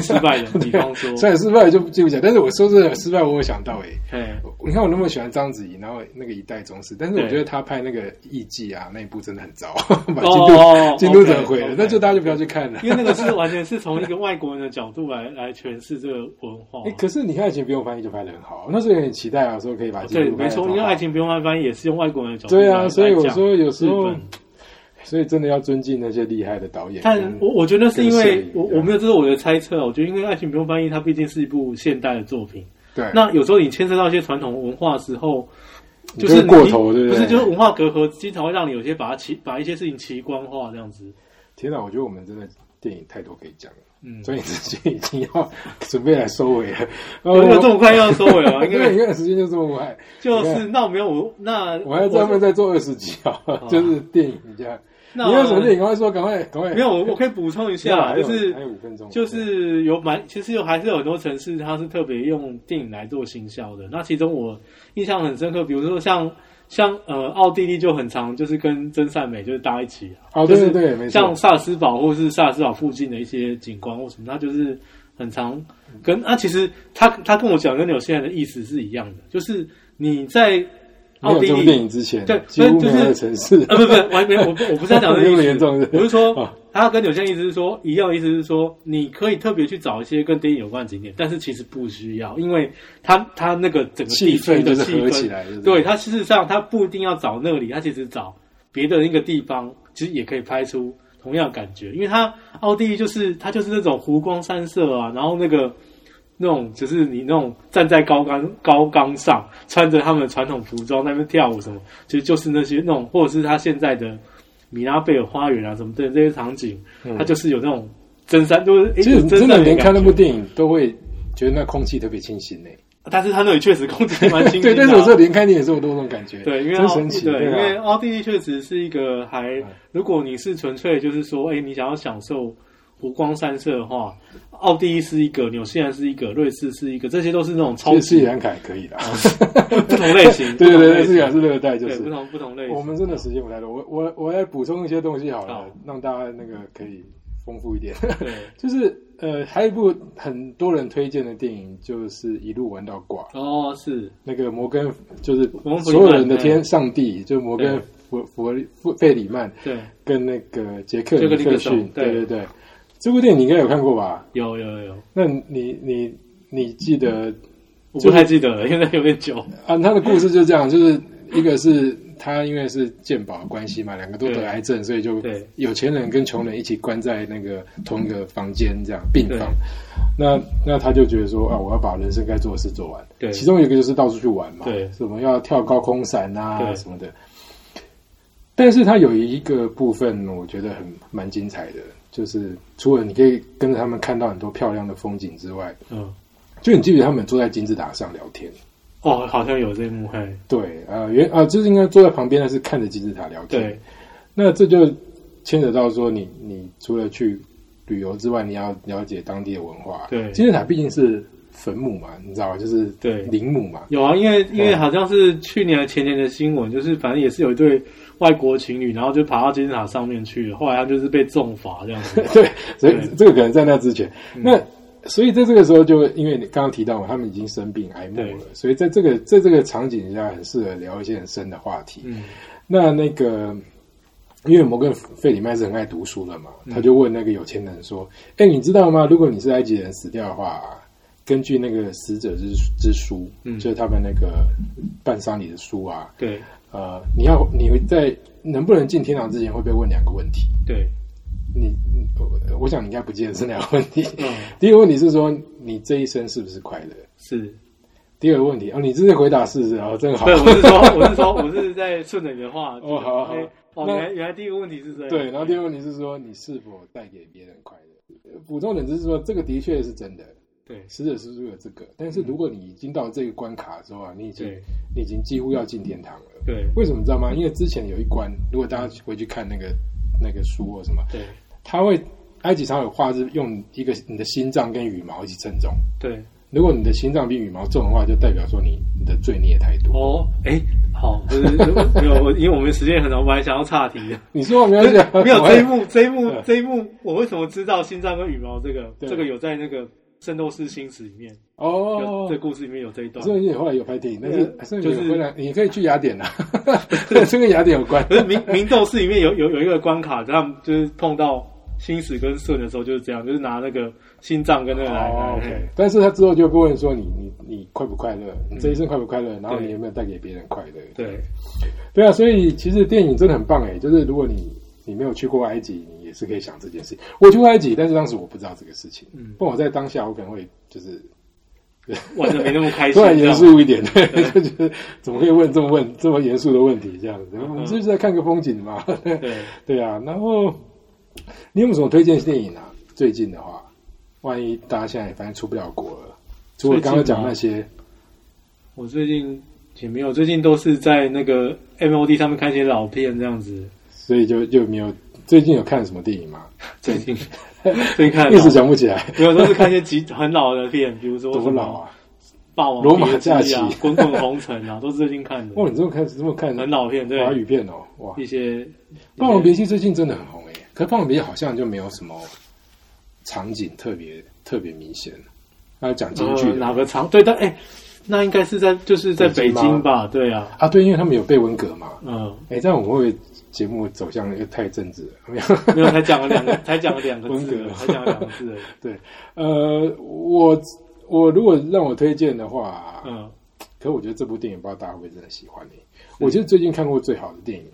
Speaker 2: 失败的， 比方 说，
Speaker 1: 虽然失败就就不讲，但是我说这个失败，我有想到诶、
Speaker 2: 哎，
Speaker 1: 你看我那么喜欢章子怡，然后那个一代宗师，但是我
Speaker 2: 对
Speaker 1: 觉得他拍那个《艺伎》啊那一部真的很糟， 把京
Speaker 2: 哦
Speaker 1: 都、
Speaker 2: 哦
Speaker 1: 京都整
Speaker 2: OK，
Speaker 1: 毁了
Speaker 2: OK
Speaker 1: 那就大家就不要去看了。
Speaker 2: 因为那个是完全是从一个外国人的角度来来诠释这个文化
Speaker 1: 哎、。可是你看《爱情不用翻译》就拍的很好，那时候也很期待啊，说可以把京
Speaker 2: 对，
Speaker 1: 都拍
Speaker 2: 没
Speaker 1: 得
Speaker 2: 错，
Speaker 1: 很
Speaker 2: 因为
Speaker 1: 好
Speaker 2: 爱情不用翻翻译也是用外国人的角度来
Speaker 1: 对啊，所以
Speaker 2: 来
Speaker 1: 我
Speaker 2: 讲
Speaker 1: 说有时
Speaker 2: 日
Speaker 1: 候
Speaker 2: 本，
Speaker 1: 所以真的要尊敬那些厉害的导演跟。
Speaker 2: 但我我觉得是因
Speaker 1: 跟摄
Speaker 2: 为
Speaker 1: 影
Speaker 2: 我
Speaker 1: 一样
Speaker 2: 我没有这是我的猜测，我觉得因为《爱情不用翻译》它毕竟是一部现代的作品，
Speaker 1: 对
Speaker 2: 那有时候你牵涉到一些传统文化的时候，
Speaker 1: 你
Speaker 2: 就
Speaker 1: 就是是
Speaker 2: 你
Speaker 1: 过头对不
Speaker 2: 不
Speaker 1: 对
Speaker 2: 是就是文化隔阂，经常会让你有些把它奇把一些事情奇观化这样子。
Speaker 1: 天哪，我觉得我们真的电影太多可以讲了，
Speaker 2: 嗯，
Speaker 1: 所以之前已经要准备来收尾了。呃
Speaker 2: 有有这
Speaker 1: 我
Speaker 2: 么快要收尾 了吗？应
Speaker 1: 对，
Speaker 2: 该
Speaker 1: 你看时间就这么快，
Speaker 2: 就是那我没有我那
Speaker 1: 我还专门再做二十集啊，就是电影这样。
Speaker 2: 那
Speaker 1: 你有什么电影？赶快说，赶快，赶快。
Speaker 2: 没有，我我可以补充一
Speaker 1: 没有
Speaker 2: 下，
Speaker 1: 还有
Speaker 2: 就是
Speaker 1: 还有五分钟，
Speaker 2: 就是有蛮，其实有还是有很多城市它是特别用电影来做行销的。那其中我印象很深刻，比如说像像呃奥地利就很常就是跟真善美就是搭一起啊，
Speaker 1: 哦，
Speaker 2: 就
Speaker 1: 对
Speaker 2: 是
Speaker 1: 对对，没
Speaker 2: 像
Speaker 1: 错，
Speaker 2: 萨尔斯堡或是萨尔斯堡附近的一些景观或什么，它就是很常跟啊，其实他他跟我讲跟纽西兰的意思是一样的，就是你在
Speaker 1: 没
Speaker 2: 奥
Speaker 1: 有
Speaker 2: 地
Speaker 1: 这部
Speaker 2: 利
Speaker 1: 电影之前，
Speaker 2: 对
Speaker 1: 几乎
Speaker 2: 就
Speaker 1: 没
Speaker 2: 是
Speaker 1: 有的城市
Speaker 2: 啊，不不，完全我不我不是在讲这
Speaker 1: 没
Speaker 2: 个
Speaker 1: 那么
Speaker 2: 意思，
Speaker 1: 严重是
Speaker 2: 我是说
Speaker 1: 啊，
Speaker 2: 他跟有些意思是说，一样的意思是说，你可以特别去找一些跟电影有关的景点，但是其实不需要，因为他他那个整个地
Speaker 1: 气
Speaker 2: 区
Speaker 1: 氛就
Speaker 2: 的
Speaker 1: 是
Speaker 2: 气
Speaker 1: 合起
Speaker 2: 氛，
Speaker 1: 来，就是
Speaker 2: 对他事实上他不一定要找那里，他其实找别的一个地方，其实也可以拍出同样的感觉，因为他奥地利就是他就是那种湖光山色啊，然后那个。那种就是你那种站在高岗高岗上，穿着他们的传统服装在那边跳舞什么，其实就是那些那种，或者是他现在的米拉贝尔花园啊什么的这些场景，
Speaker 1: 嗯
Speaker 2: 它就是有那种真山，哎就是
Speaker 1: 其
Speaker 2: 诶
Speaker 1: 实
Speaker 2: 有
Speaker 1: 真
Speaker 2: 山
Speaker 1: 的连
Speaker 2: 感
Speaker 1: 看那
Speaker 2: 觉
Speaker 1: 部电影都会觉得那空气特别清新呢。
Speaker 2: 但是他那里确实空气蛮清新的
Speaker 1: 对，
Speaker 2: 啊、
Speaker 1: 但是有时候连看电影的时候我都有这种感觉，
Speaker 2: 对，因为
Speaker 1: 真
Speaker 2: 奥
Speaker 1: 神奇，
Speaker 2: 对，因为
Speaker 1: 啊
Speaker 2: 奥地利确实是一个还
Speaker 1: 嗯，
Speaker 2: 如果你是纯粹就是说，哎，你想要享受湖光山色的话，奥地利是一个，纽西兰是一个，瑞士是一个，这些都是那种超
Speaker 1: 其实斯里
Speaker 2: 级
Speaker 1: 兰卡也可以的，
Speaker 2: 啊 不同类型，
Speaker 1: 对对
Speaker 2: 不同
Speaker 1: 对，
Speaker 2: 类
Speaker 1: 斯里兰
Speaker 2: 型
Speaker 1: 是热带，就
Speaker 2: 对
Speaker 1: 是
Speaker 2: 不同不同类型，
Speaker 1: 我们真的时间不太多，我我我来补充一些东西好了
Speaker 2: 好，
Speaker 1: 让大家那个可以丰富一点。
Speaker 2: 对
Speaker 1: 就是呃，还有一部很多人推荐的电影，就是《一路玩到挂》，
Speaker 2: 哦是
Speaker 1: 那个摩根就是
Speaker 2: 摩根弗
Speaker 1: 所
Speaker 2: 里曼
Speaker 1: 有
Speaker 2: 哎
Speaker 1: 人的天上帝，就是摩根
Speaker 2: 对
Speaker 1: 弗弗弗费里曼
Speaker 2: 对，
Speaker 1: 跟那个杰克
Speaker 2: 杰克
Speaker 1: 尼克
Speaker 2: 尼克
Speaker 1: 逊
Speaker 2: 逊，
Speaker 1: 对
Speaker 2: 对
Speaker 1: 对对，这部电影你应该有看过吧？
Speaker 2: 有有有，
Speaker 1: 那你你你记得
Speaker 2: 我
Speaker 1: 就是
Speaker 2: 不太记得了，现在有点久，
Speaker 1: 啊，他的故事就这样，就是一个是他因为是鉴宝关系嘛，两个都得癌症，所以就
Speaker 2: 对
Speaker 1: 有钱人跟穷人一起关在那个同一个房间这样病房。那那他就觉得说啊，我要把人生该做的事做完。
Speaker 2: 对
Speaker 1: 其中一个就是到处去玩嘛，
Speaker 2: 对
Speaker 1: 什么要跳高空伞啊
Speaker 2: 对
Speaker 1: 什么的。但是他有一个部分，我觉得很蛮精彩的，就是除了你可以跟着他们看到很多漂亮的风景之外，
Speaker 2: 嗯，
Speaker 1: 就你记得他们坐在金字塔上聊天。
Speaker 2: 哦好像有这一幕，嘿，
Speaker 1: 对，呃，原啊，就是应该坐在旁边，但是看着金字塔聊天。
Speaker 2: 对，
Speaker 1: 那这就牵扯到说你，你除了去旅游之外，你要了解当地的文化。
Speaker 2: 对
Speaker 1: 金字塔毕竟是坟墓嘛，你知道吧？就是
Speaker 2: 对
Speaker 1: 陵墓嘛。
Speaker 2: 有啊，因为因为
Speaker 1: 对。
Speaker 2: 好像是去年前年的新闻，就是反正也是有一对外国情侣，然后就爬到金字塔上面去了，后来他就是被重罚这样子
Speaker 1: 对， 所以
Speaker 2: 对嗯
Speaker 1: 这个可能在那之前，那所以在这个时候就，因为你刚刚提到嘛，他们已经生病癌末
Speaker 2: 对
Speaker 1: 了，所以在这个在这个场景下，很适合聊一些很深的话题。
Speaker 2: 嗯，
Speaker 1: 那那个，因为摩根费里曼是很爱读书的嘛，
Speaker 2: 嗯
Speaker 1: 他就问那个有钱人说：“哎、你知道吗？如果你是埃及人死掉的话，根据那个死者之之书，
Speaker 2: 嗯
Speaker 1: 就是他们那个办丧礼的书啊，
Speaker 2: 对
Speaker 1: 呃，你要你会在能不能进天堂之前会被问两个问题。
Speaker 2: 对，
Speaker 1: 你你我我想你应该不记得这两个问题。
Speaker 2: 嗯，
Speaker 1: 第一个问题是说你这一生是不是快乐？
Speaker 2: 是。
Speaker 1: 第二个问题哦，你直接回答是是哦，真好
Speaker 2: 对，。我是说，我是说，我是在顺着你的话。
Speaker 1: 哦好好
Speaker 2: 哎哦，
Speaker 1: 那
Speaker 2: 原来原来第一个问题是这样。
Speaker 1: 对，然后第二个问题是说你是否带给别人快乐。呃补充点就是说，这个的确是真的，
Speaker 2: 对
Speaker 1: 死者是有这个，但是如果你已经到这个关卡的时候啊，你已经
Speaker 2: 对
Speaker 1: 你已经几乎要进天堂了。
Speaker 2: 对
Speaker 1: 为什么你知道吗？因为之前有一关，如果大家回去看那个那个书或什么，
Speaker 2: 对
Speaker 1: 他会埃及常有画是用一个你的心脏跟羽毛一起称重，
Speaker 2: 对
Speaker 1: 如果你的心脏比羽毛重的话，就代表说你你的罪孽太多。
Speaker 2: 哦，哎，好，不是没有，我因为我们时间很长，我本来想要岔题的。
Speaker 1: 你说我没啊有
Speaker 2: 不是
Speaker 1: 讲，
Speaker 2: 没有
Speaker 1: 我
Speaker 2: 这一幕，这一幕
Speaker 1: 对，
Speaker 2: 这一幕，我为什么知道心脏跟羽毛这个？
Speaker 1: 对
Speaker 2: 这个有在那个《圣斗士星矢》里面，有
Speaker 1: 哦
Speaker 2: 这。故事里面有这一段。
Speaker 1: 孙你后来有拍电影，但是
Speaker 2: 对
Speaker 1: 孙
Speaker 2: 就
Speaker 1: 你
Speaker 2: 是
Speaker 1: 回来，你可以去雅典啊， 这跟雅典有关。
Speaker 2: 可是明明斗士里面有有有一个关卡，他们就是碰到星矢跟顺的时候就是这样，就是拿那个心脏跟那个来
Speaker 1: 哦
Speaker 2: 来。
Speaker 1: ，OK
Speaker 2: 来。
Speaker 1: 但是他之后就不问说你你你快不快乐，你这一生快不快乐，然后你
Speaker 2: 对
Speaker 1: 有没有带给别人快乐？
Speaker 2: 嗯对，
Speaker 1: 对啊，所以其实电影真的很棒哎，就是如果你你没有去过埃及，你也是可以想这件事情。我去过埃及，但是当时我不知道这个事情，
Speaker 2: 嗯
Speaker 1: 不然我在当下我可能会就是
Speaker 2: 玩的没那么 开
Speaker 1: 突
Speaker 2: 心，
Speaker 1: 然
Speaker 2: 这
Speaker 1: 严
Speaker 2: 样
Speaker 1: 肃一点，对， 就觉得怎么可以问这么问这么严肃的问题这样子？我们
Speaker 2: 嗯
Speaker 1: 就是在看个风景嘛，
Speaker 2: 对，
Speaker 1: 对啊。然后你有没有什么推荐电影啊？最近的话，万一大家现在反正出不了国了，除了刚刚讲那些，
Speaker 2: 我最近也没有，最近都是在那个 MOD 上面看一些老片这样子。
Speaker 1: 所以就就没有最近有看什么电影吗？
Speaker 2: 最近 最近看
Speaker 1: 一直
Speaker 2: 老
Speaker 1: 讲不起来，
Speaker 2: 没有都是看一些极 很老的片，比如说
Speaker 1: 多
Speaker 2: 什么嗯
Speaker 1: 老啊！
Speaker 2: 《霸王
Speaker 1: 罗马
Speaker 2: 别姬
Speaker 1: 假期
Speaker 2: 啊，《滚滚红尘》啊， 都是最近看的，
Speaker 1: 哇，你这么看这么看
Speaker 2: 很老片，对
Speaker 1: 华语片哦，哇！《
Speaker 2: 一些
Speaker 1: 霸王别姬》最近真的很红诶，欸可《霸王别姬》好像就没有什么场景特别特别明显。那讲京剧
Speaker 2: 呃
Speaker 1: 的、
Speaker 2: 哪个厂？对，但哎、那应该是在就是在
Speaker 1: 北
Speaker 2: 北
Speaker 1: 京吗
Speaker 2: 京吧？对啊，
Speaker 1: 啊？对，因为他们有被文革嘛。
Speaker 2: 嗯，
Speaker 1: 哎，这样我们会不会节目走向又太政治了？
Speaker 2: 没有，才讲了 两个，才讲了两个字
Speaker 1: 文
Speaker 2: 了，
Speaker 1: 革
Speaker 2: 才讲了两个字了，
Speaker 1: 呃，我我如果让我推荐的话，
Speaker 2: 嗯，
Speaker 1: 可我觉得这部电影不知道大家会不会真的喜欢你。我觉得最近看过最好的电影，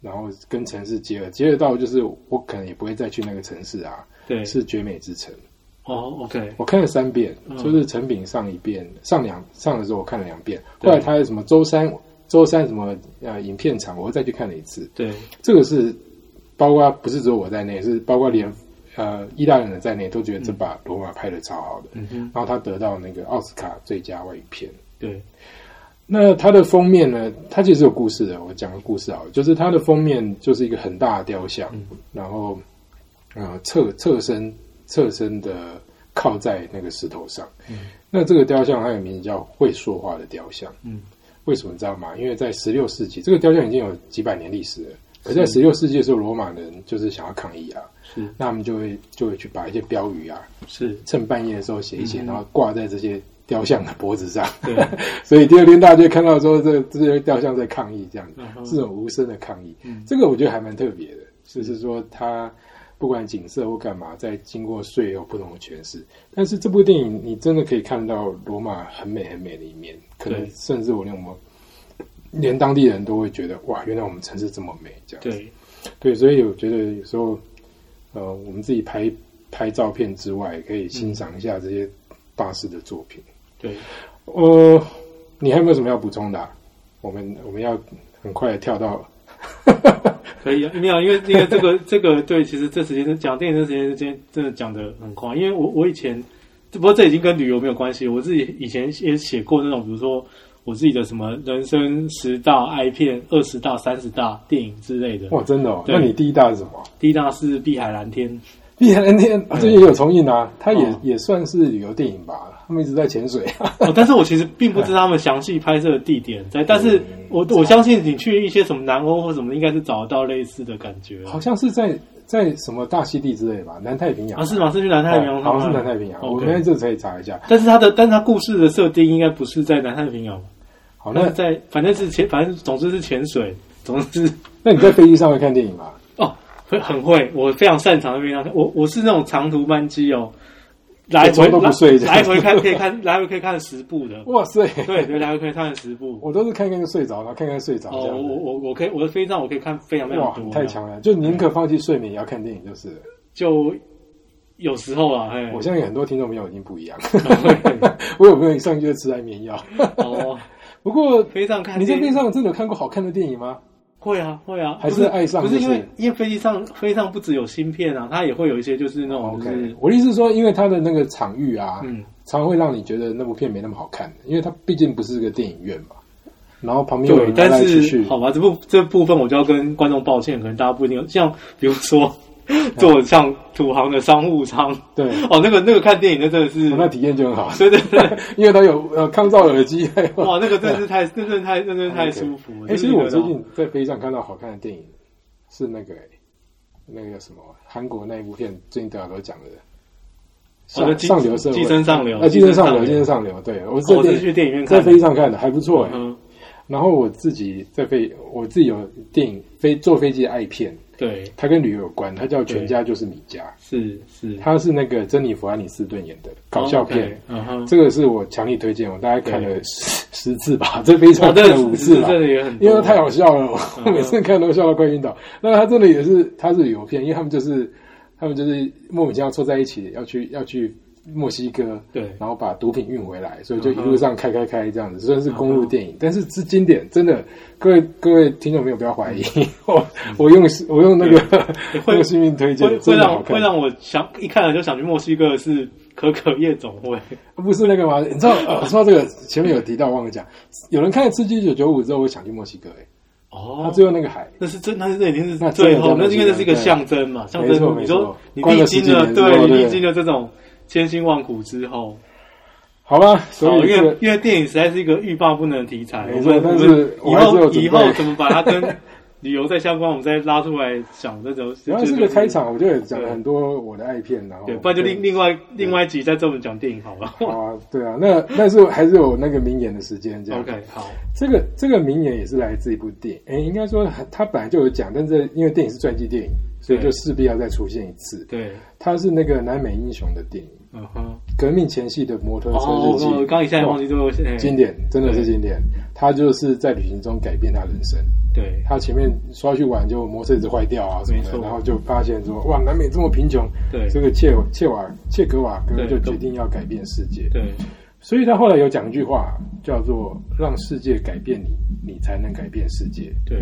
Speaker 1: 然后跟城市结合，结合到就是我可能也不会再去那个城市啊，
Speaker 2: 对，
Speaker 1: 是《绝美之城》。
Speaker 2: 哦，OK，
Speaker 1: 我看了三遍，
Speaker 2: 嗯
Speaker 1: 就是成品上一遍，上两上的时候我看了两遍，
Speaker 2: 对
Speaker 1: 后来他有什么周三周三什么呃影片场，我又再去看了一次。
Speaker 2: 对，
Speaker 1: 这个是包括不是只有我在内，是包括连呃意大利人在内都觉得这把罗马拍的超好的，
Speaker 2: 嗯哼，
Speaker 1: 然后他得到那个奥斯卡最佳外语片。
Speaker 2: 对，
Speaker 1: 那它的封面呢？它其实有故事的，我讲个故事好了，就是它的封面就是一个很大的雕像，
Speaker 2: 嗯
Speaker 1: 然后呃侧侧身侧身的靠在那个石头上。
Speaker 2: 嗯
Speaker 1: 那这个雕像它有名字叫会说话的雕像，
Speaker 2: 嗯，
Speaker 1: 为什么你知道吗？因为在十六世纪，这个雕像已经有几百年历史了。可在十六世纪的时候，罗马人就是想要抗议啊，
Speaker 2: 是
Speaker 1: 那他们就会就会去把一些标语啊，
Speaker 2: 是，
Speaker 1: 趁半夜的时候写一写，
Speaker 2: 嗯
Speaker 1: 然后挂在这些雕像的脖子上。
Speaker 2: 对，
Speaker 1: 所以第二天大家就看到说这这些雕像在抗议，这样子
Speaker 2: 嗯哼
Speaker 1: 这种无声的抗议，
Speaker 2: 嗯
Speaker 1: 这个我觉得还蛮特别的，就是说它不管景色或干嘛，在经过岁有不同的诠释。但是这部电影你真的可以看到罗马很美很美的一面，可能
Speaker 2: 对
Speaker 1: 甚至我连我们连当地人都会觉得哇，原来我们城市这么美，这样子
Speaker 2: 对，
Speaker 1: 对，所以我觉得有时候呃，我们自己拍拍照片之外，也可以欣赏一下这些大师的作品。
Speaker 2: 对，
Speaker 1: 呃，你还有没有什么要补充的啊、我们我们要很快的跳到，
Speaker 2: 可以啊，没有，因为因为这个这个对，其实这时间讲电影这时间之间真的讲的很快，因为我我以前，不过这已经跟旅游没有关系，我自己以前也写过那种，比如说我自己的什么人生十大爱片、二十大、三十大电影之类的。
Speaker 1: 哇，真的哦！
Speaker 2: 对
Speaker 1: 那你第一大是什么？
Speaker 2: 第一大是《碧海蓝天》，
Speaker 1: 碧海蓝天啊最近也有重映啊，它也、
Speaker 2: 嗯哦
Speaker 1: 也算是旅游电影吧，他们一直在潜水。啊
Speaker 2: 哦，但是我其实并不知道他们详细拍摄的地点在，但是
Speaker 1: 嗯
Speaker 2: 我我相信你去一些什么南欧或什么，应该是找得到类似的感觉。
Speaker 1: 好像是在在什么大溪地之类吧，南太平洋
Speaker 2: 啊，是吗？是去南太平洋
Speaker 1: 哎
Speaker 2: 上
Speaker 1: 好
Speaker 2: 吗？
Speaker 1: 像是南太平洋。我
Speaker 2: OK
Speaker 1: 们这可以查一下。
Speaker 2: 但是它的，但是它故事的设定应该不是在南太平洋，
Speaker 1: 好，
Speaker 2: 那
Speaker 1: 哦那
Speaker 2: 在反正是潜，反正总之是潜水，总之是
Speaker 1: 那你在飞机上会看电影吗？
Speaker 2: 哦，会很会，我非常擅长那边我我是那种长途班机哦，来
Speaker 1: 从
Speaker 2: 回
Speaker 1: 都不睡这样
Speaker 2: 来来回看可以看， 来回可以看十部的，
Speaker 1: 哇 塞！
Speaker 2: 对对，来回可以看十部。
Speaker 1: 我都是看看就睡着，然后看看睡着
Speaker 2: 哦，
Speaker 1: 这
Speaker 2: 我
Speaker 1: 样子。
Speaker 2: 我我可以我的飞机上我可以看非常非常
Speaker 1: 哇
Speaker 2: 多，，
Speaker 1: 太强了！就宁可放弃睡眠也要看电影，就是了。
Speaker 2: 就有时候啊，哎，
Speaker 1: 我相信很多听众朋友已经不一样。
Speaker 2: 会
Speaker 1: 我有朋友一上去就吃安眠药。
Speaker 2: 哦，
Speaker 1: 不过
Speaker 2: 飞机上看
Speaker 1: 你在
Speaker 2: 电
Speaker 1: 飞
Speaker 2: 影
Speaker 1: 机上真的有看过好看的电影吗？
Speaker 2: 会啊，会啊，
Speaker 1: 还是
Speaker 2: 不是
Speaker 1: 爱上
Speaker 2: 不是
Speaker 1: 就是
Speaker 2: 因为因为飞机上飞机上不只有芯片啊，它也会有一些就是
Speaker 1: 哦
Speaker 2: 那种就是、
Speaker 1: 我的意思是说，因为它的那个场域啊，
Speaker 2: 嗯，
Speaker 1: 常会让你觉得那部片没那么好看，因为它毕竟不是个电影院嘛。然后旁边有
Speaker 2: 对
Speaker 1: 人，来来
Speaker 2: 但
Speaker 1: 去哦
Speaker 2: 是
Speaker 1: 去，
Speaker 2: 好吧，这部这部分我就要跟观众抱歉，可能大家不一定有像比如说坐像土航的商务舱。
Speaker 1: 对，
Speaker 2: 哦，那个那个看电影那真的是
Speaker 1: 我，那体验就很 好，
Speaker 2: 对对对，
Speaker 1: 因为它有呃抗噪耳机，还有
Speaker 2: 哇，那个真的是太，那真的太，那真的太舒服了。
Speaker 1: 哎、其
Speaker 2: 真
Speaker 1: 实
Speaker 2: 的
Speaker 1: 我
Speaker 2: 觉
Speaker 1: 最
Speaker 2: 得
Speaker 1: 近在飞机上看到好看的电影，是那个、哎那个叫什么韩国那一部片，最近大家都讲的
Speaker 2: 哦
Speaker 1: 上
Speaker 2: 那寄
Speaker 1: 上流社会，
Speaker 2: 寄生上流
Speaker 1: 啊，寄生上流，
Speaker 2: 寄生上流
Speaker 1: 寄生上流，对我
Speaker 2: 哦我是
Speaker 1: 是
Speaker 2: 去电影院
Speaker 1: 在
Speaker 2: 看的
Speaker 1: 飞机上看的，还不错哎、
Speaker 2: 嗯，
Speaker 1: 然后我自己在飞，我自己有电影飞坐飞机的爱片，
Speaker 2: 对，
Speaker 1: 它跟旅游有关，它叫《全家就是米家》，
Speaker 2: 是是，
Speaker 1: 它是那个珍妮弗·安妮斯顿演的搞笑片。
Speaker 2: 哦，OK，嗯哼，
Speaker 1: 这个是我强力推荐，我大概看了十十次吧，这非
Speaker 2: 哇
Speaker 1: 常看了五次
Speaker 2: 哦这
Speaker 1: 吧，
Speaker 2: 真的也很多，
Speaker 1: 啊因为它太好笑了，
Speaker 2: 嗯
Speaker 1: 我每次看都笑到快晕倒。那它真的也是，它是旅游片，因为他们就是他们就是莫名其妙凑在一起，要去要去墨西哥，
Speaker 2: 对
Speaker 1: 然后把毒品运回来，所以就
Speaker 2: 嗯
Speaker 1: 一
Speaker 2: 哼嗯
Speaker 1: 路上开开开这样子，虽然是公路电影，但是是经典，真的，各位各位听众朋友不要怀疑， 我我用我用那个
Speaker 2: 嗯 会
Speaker 1: 用性命推荐
Speaker 2: 会，会
Speaker 1: 真的好
Speaker 2: 让
Speaker 1: 看
Speaker 2: 会，让我想一看了就想去墨西哥的是可可夜总会，
Speaker 1: 不是那个吗？你知道，呃说到这个前面有提到忘了讲，有人看了《吃鸡九九五》之后，我想去墨西哥，哎， 他
Speaker 2: 哦，
Speaker 1: 最后那个海。
Speaker 2: 那是真，那是这已经
Speaker 1: 那
Speaker 2: 是
Speaker 1: 真的
Speaker 2: 最后，
Speaker 1: 真的
Speaker 2: 那因为那是一个
Speaker 1: 对
Speaker 2: 象征嘛，象
Speaker 1: 没错
Speaker 2: 征。你说
Speaker 1: 没
Speaker 2: 你
Speaker 1: 错
Speaker 2: 历经了，
Speaker 1: 关了十几年之后
Speaker 2: 对你
Speaker 1: 对
Speaker 2: 历经了这种千辛万苦之后，
Speaker 1: 好吧，
Speaker 2: 哦，
Speaker 1: 所以
Speaker 2: 因
Speaker 1: 这个
Speaker 2: 为因为电影实在是一个欲罢不能的题材，
Speaker 1: 没
Speaker 2: 我
Speaker 1: 错
Speaker 2: 们
Speaker 1: 但
Speaker 2: 我
Speaker 1: 是
Speaker 2: 们以
Speaker 1: 我还是有
Speaker 2: 后
Speaker 1: 准备
Speaker 2: 以后怎么把它 跟旅游再相关，我们再拉出来讲这种。
Speaker 1: 主要
Speaker 2: 就是
Speaker 1: 个开，场，我哦就有讲了
Speaker 2: 对
Speaker 1: 很多我的爱片，然后
Speaker 2: 对，不然就另另外另外一集再专门讲电影好了。
Speaker 1: 啊，对啊，那但是还是有那个名言的时间这样。
Speaker 2: OK，好，
Speaker 1: 这个这个名言也是来自一部电影，哎，应该说它本来就有讲，但是因为电影是传记电影，所以就
Speaker 2: 对
Speaker 1: 势必要再出现一次。
Speaker 2: 对，
Speaker 1: 它是那个南美英雄的电影，
Speaker 2: 嗯哼，
Speaker 1: 革命前夕的摩托车
Speaker 2: 哦
Speaker 1: 日记，，
Speaker 2: 我刚一下忘记这个哎
Speaker 1: 经典，真的是
Speaker 2: 对
Speaker 1: 经典。他就是在旅行中改变他人生。
Speaker 2: 对，
Speaker 1: 他前面说要去玩，就摩托车一直坏掉啊什么
Speaker 2: 没
Speaker 1: 的，
Speaker 2: 错
Speaker 1: 然后就发现说，哇，南美这么贫穷，
Speaker 2: 对
Speaker 1: 这个切切瓦切格瓦哥
Speaker 2: 对
Speaker 1: 就决定要改变世界，
Speaker 2: 对，
Speaker 1: 所以他后来有讲一句话，叫做“让世界改变你，你才能改变世界
Speaker 2: 对，”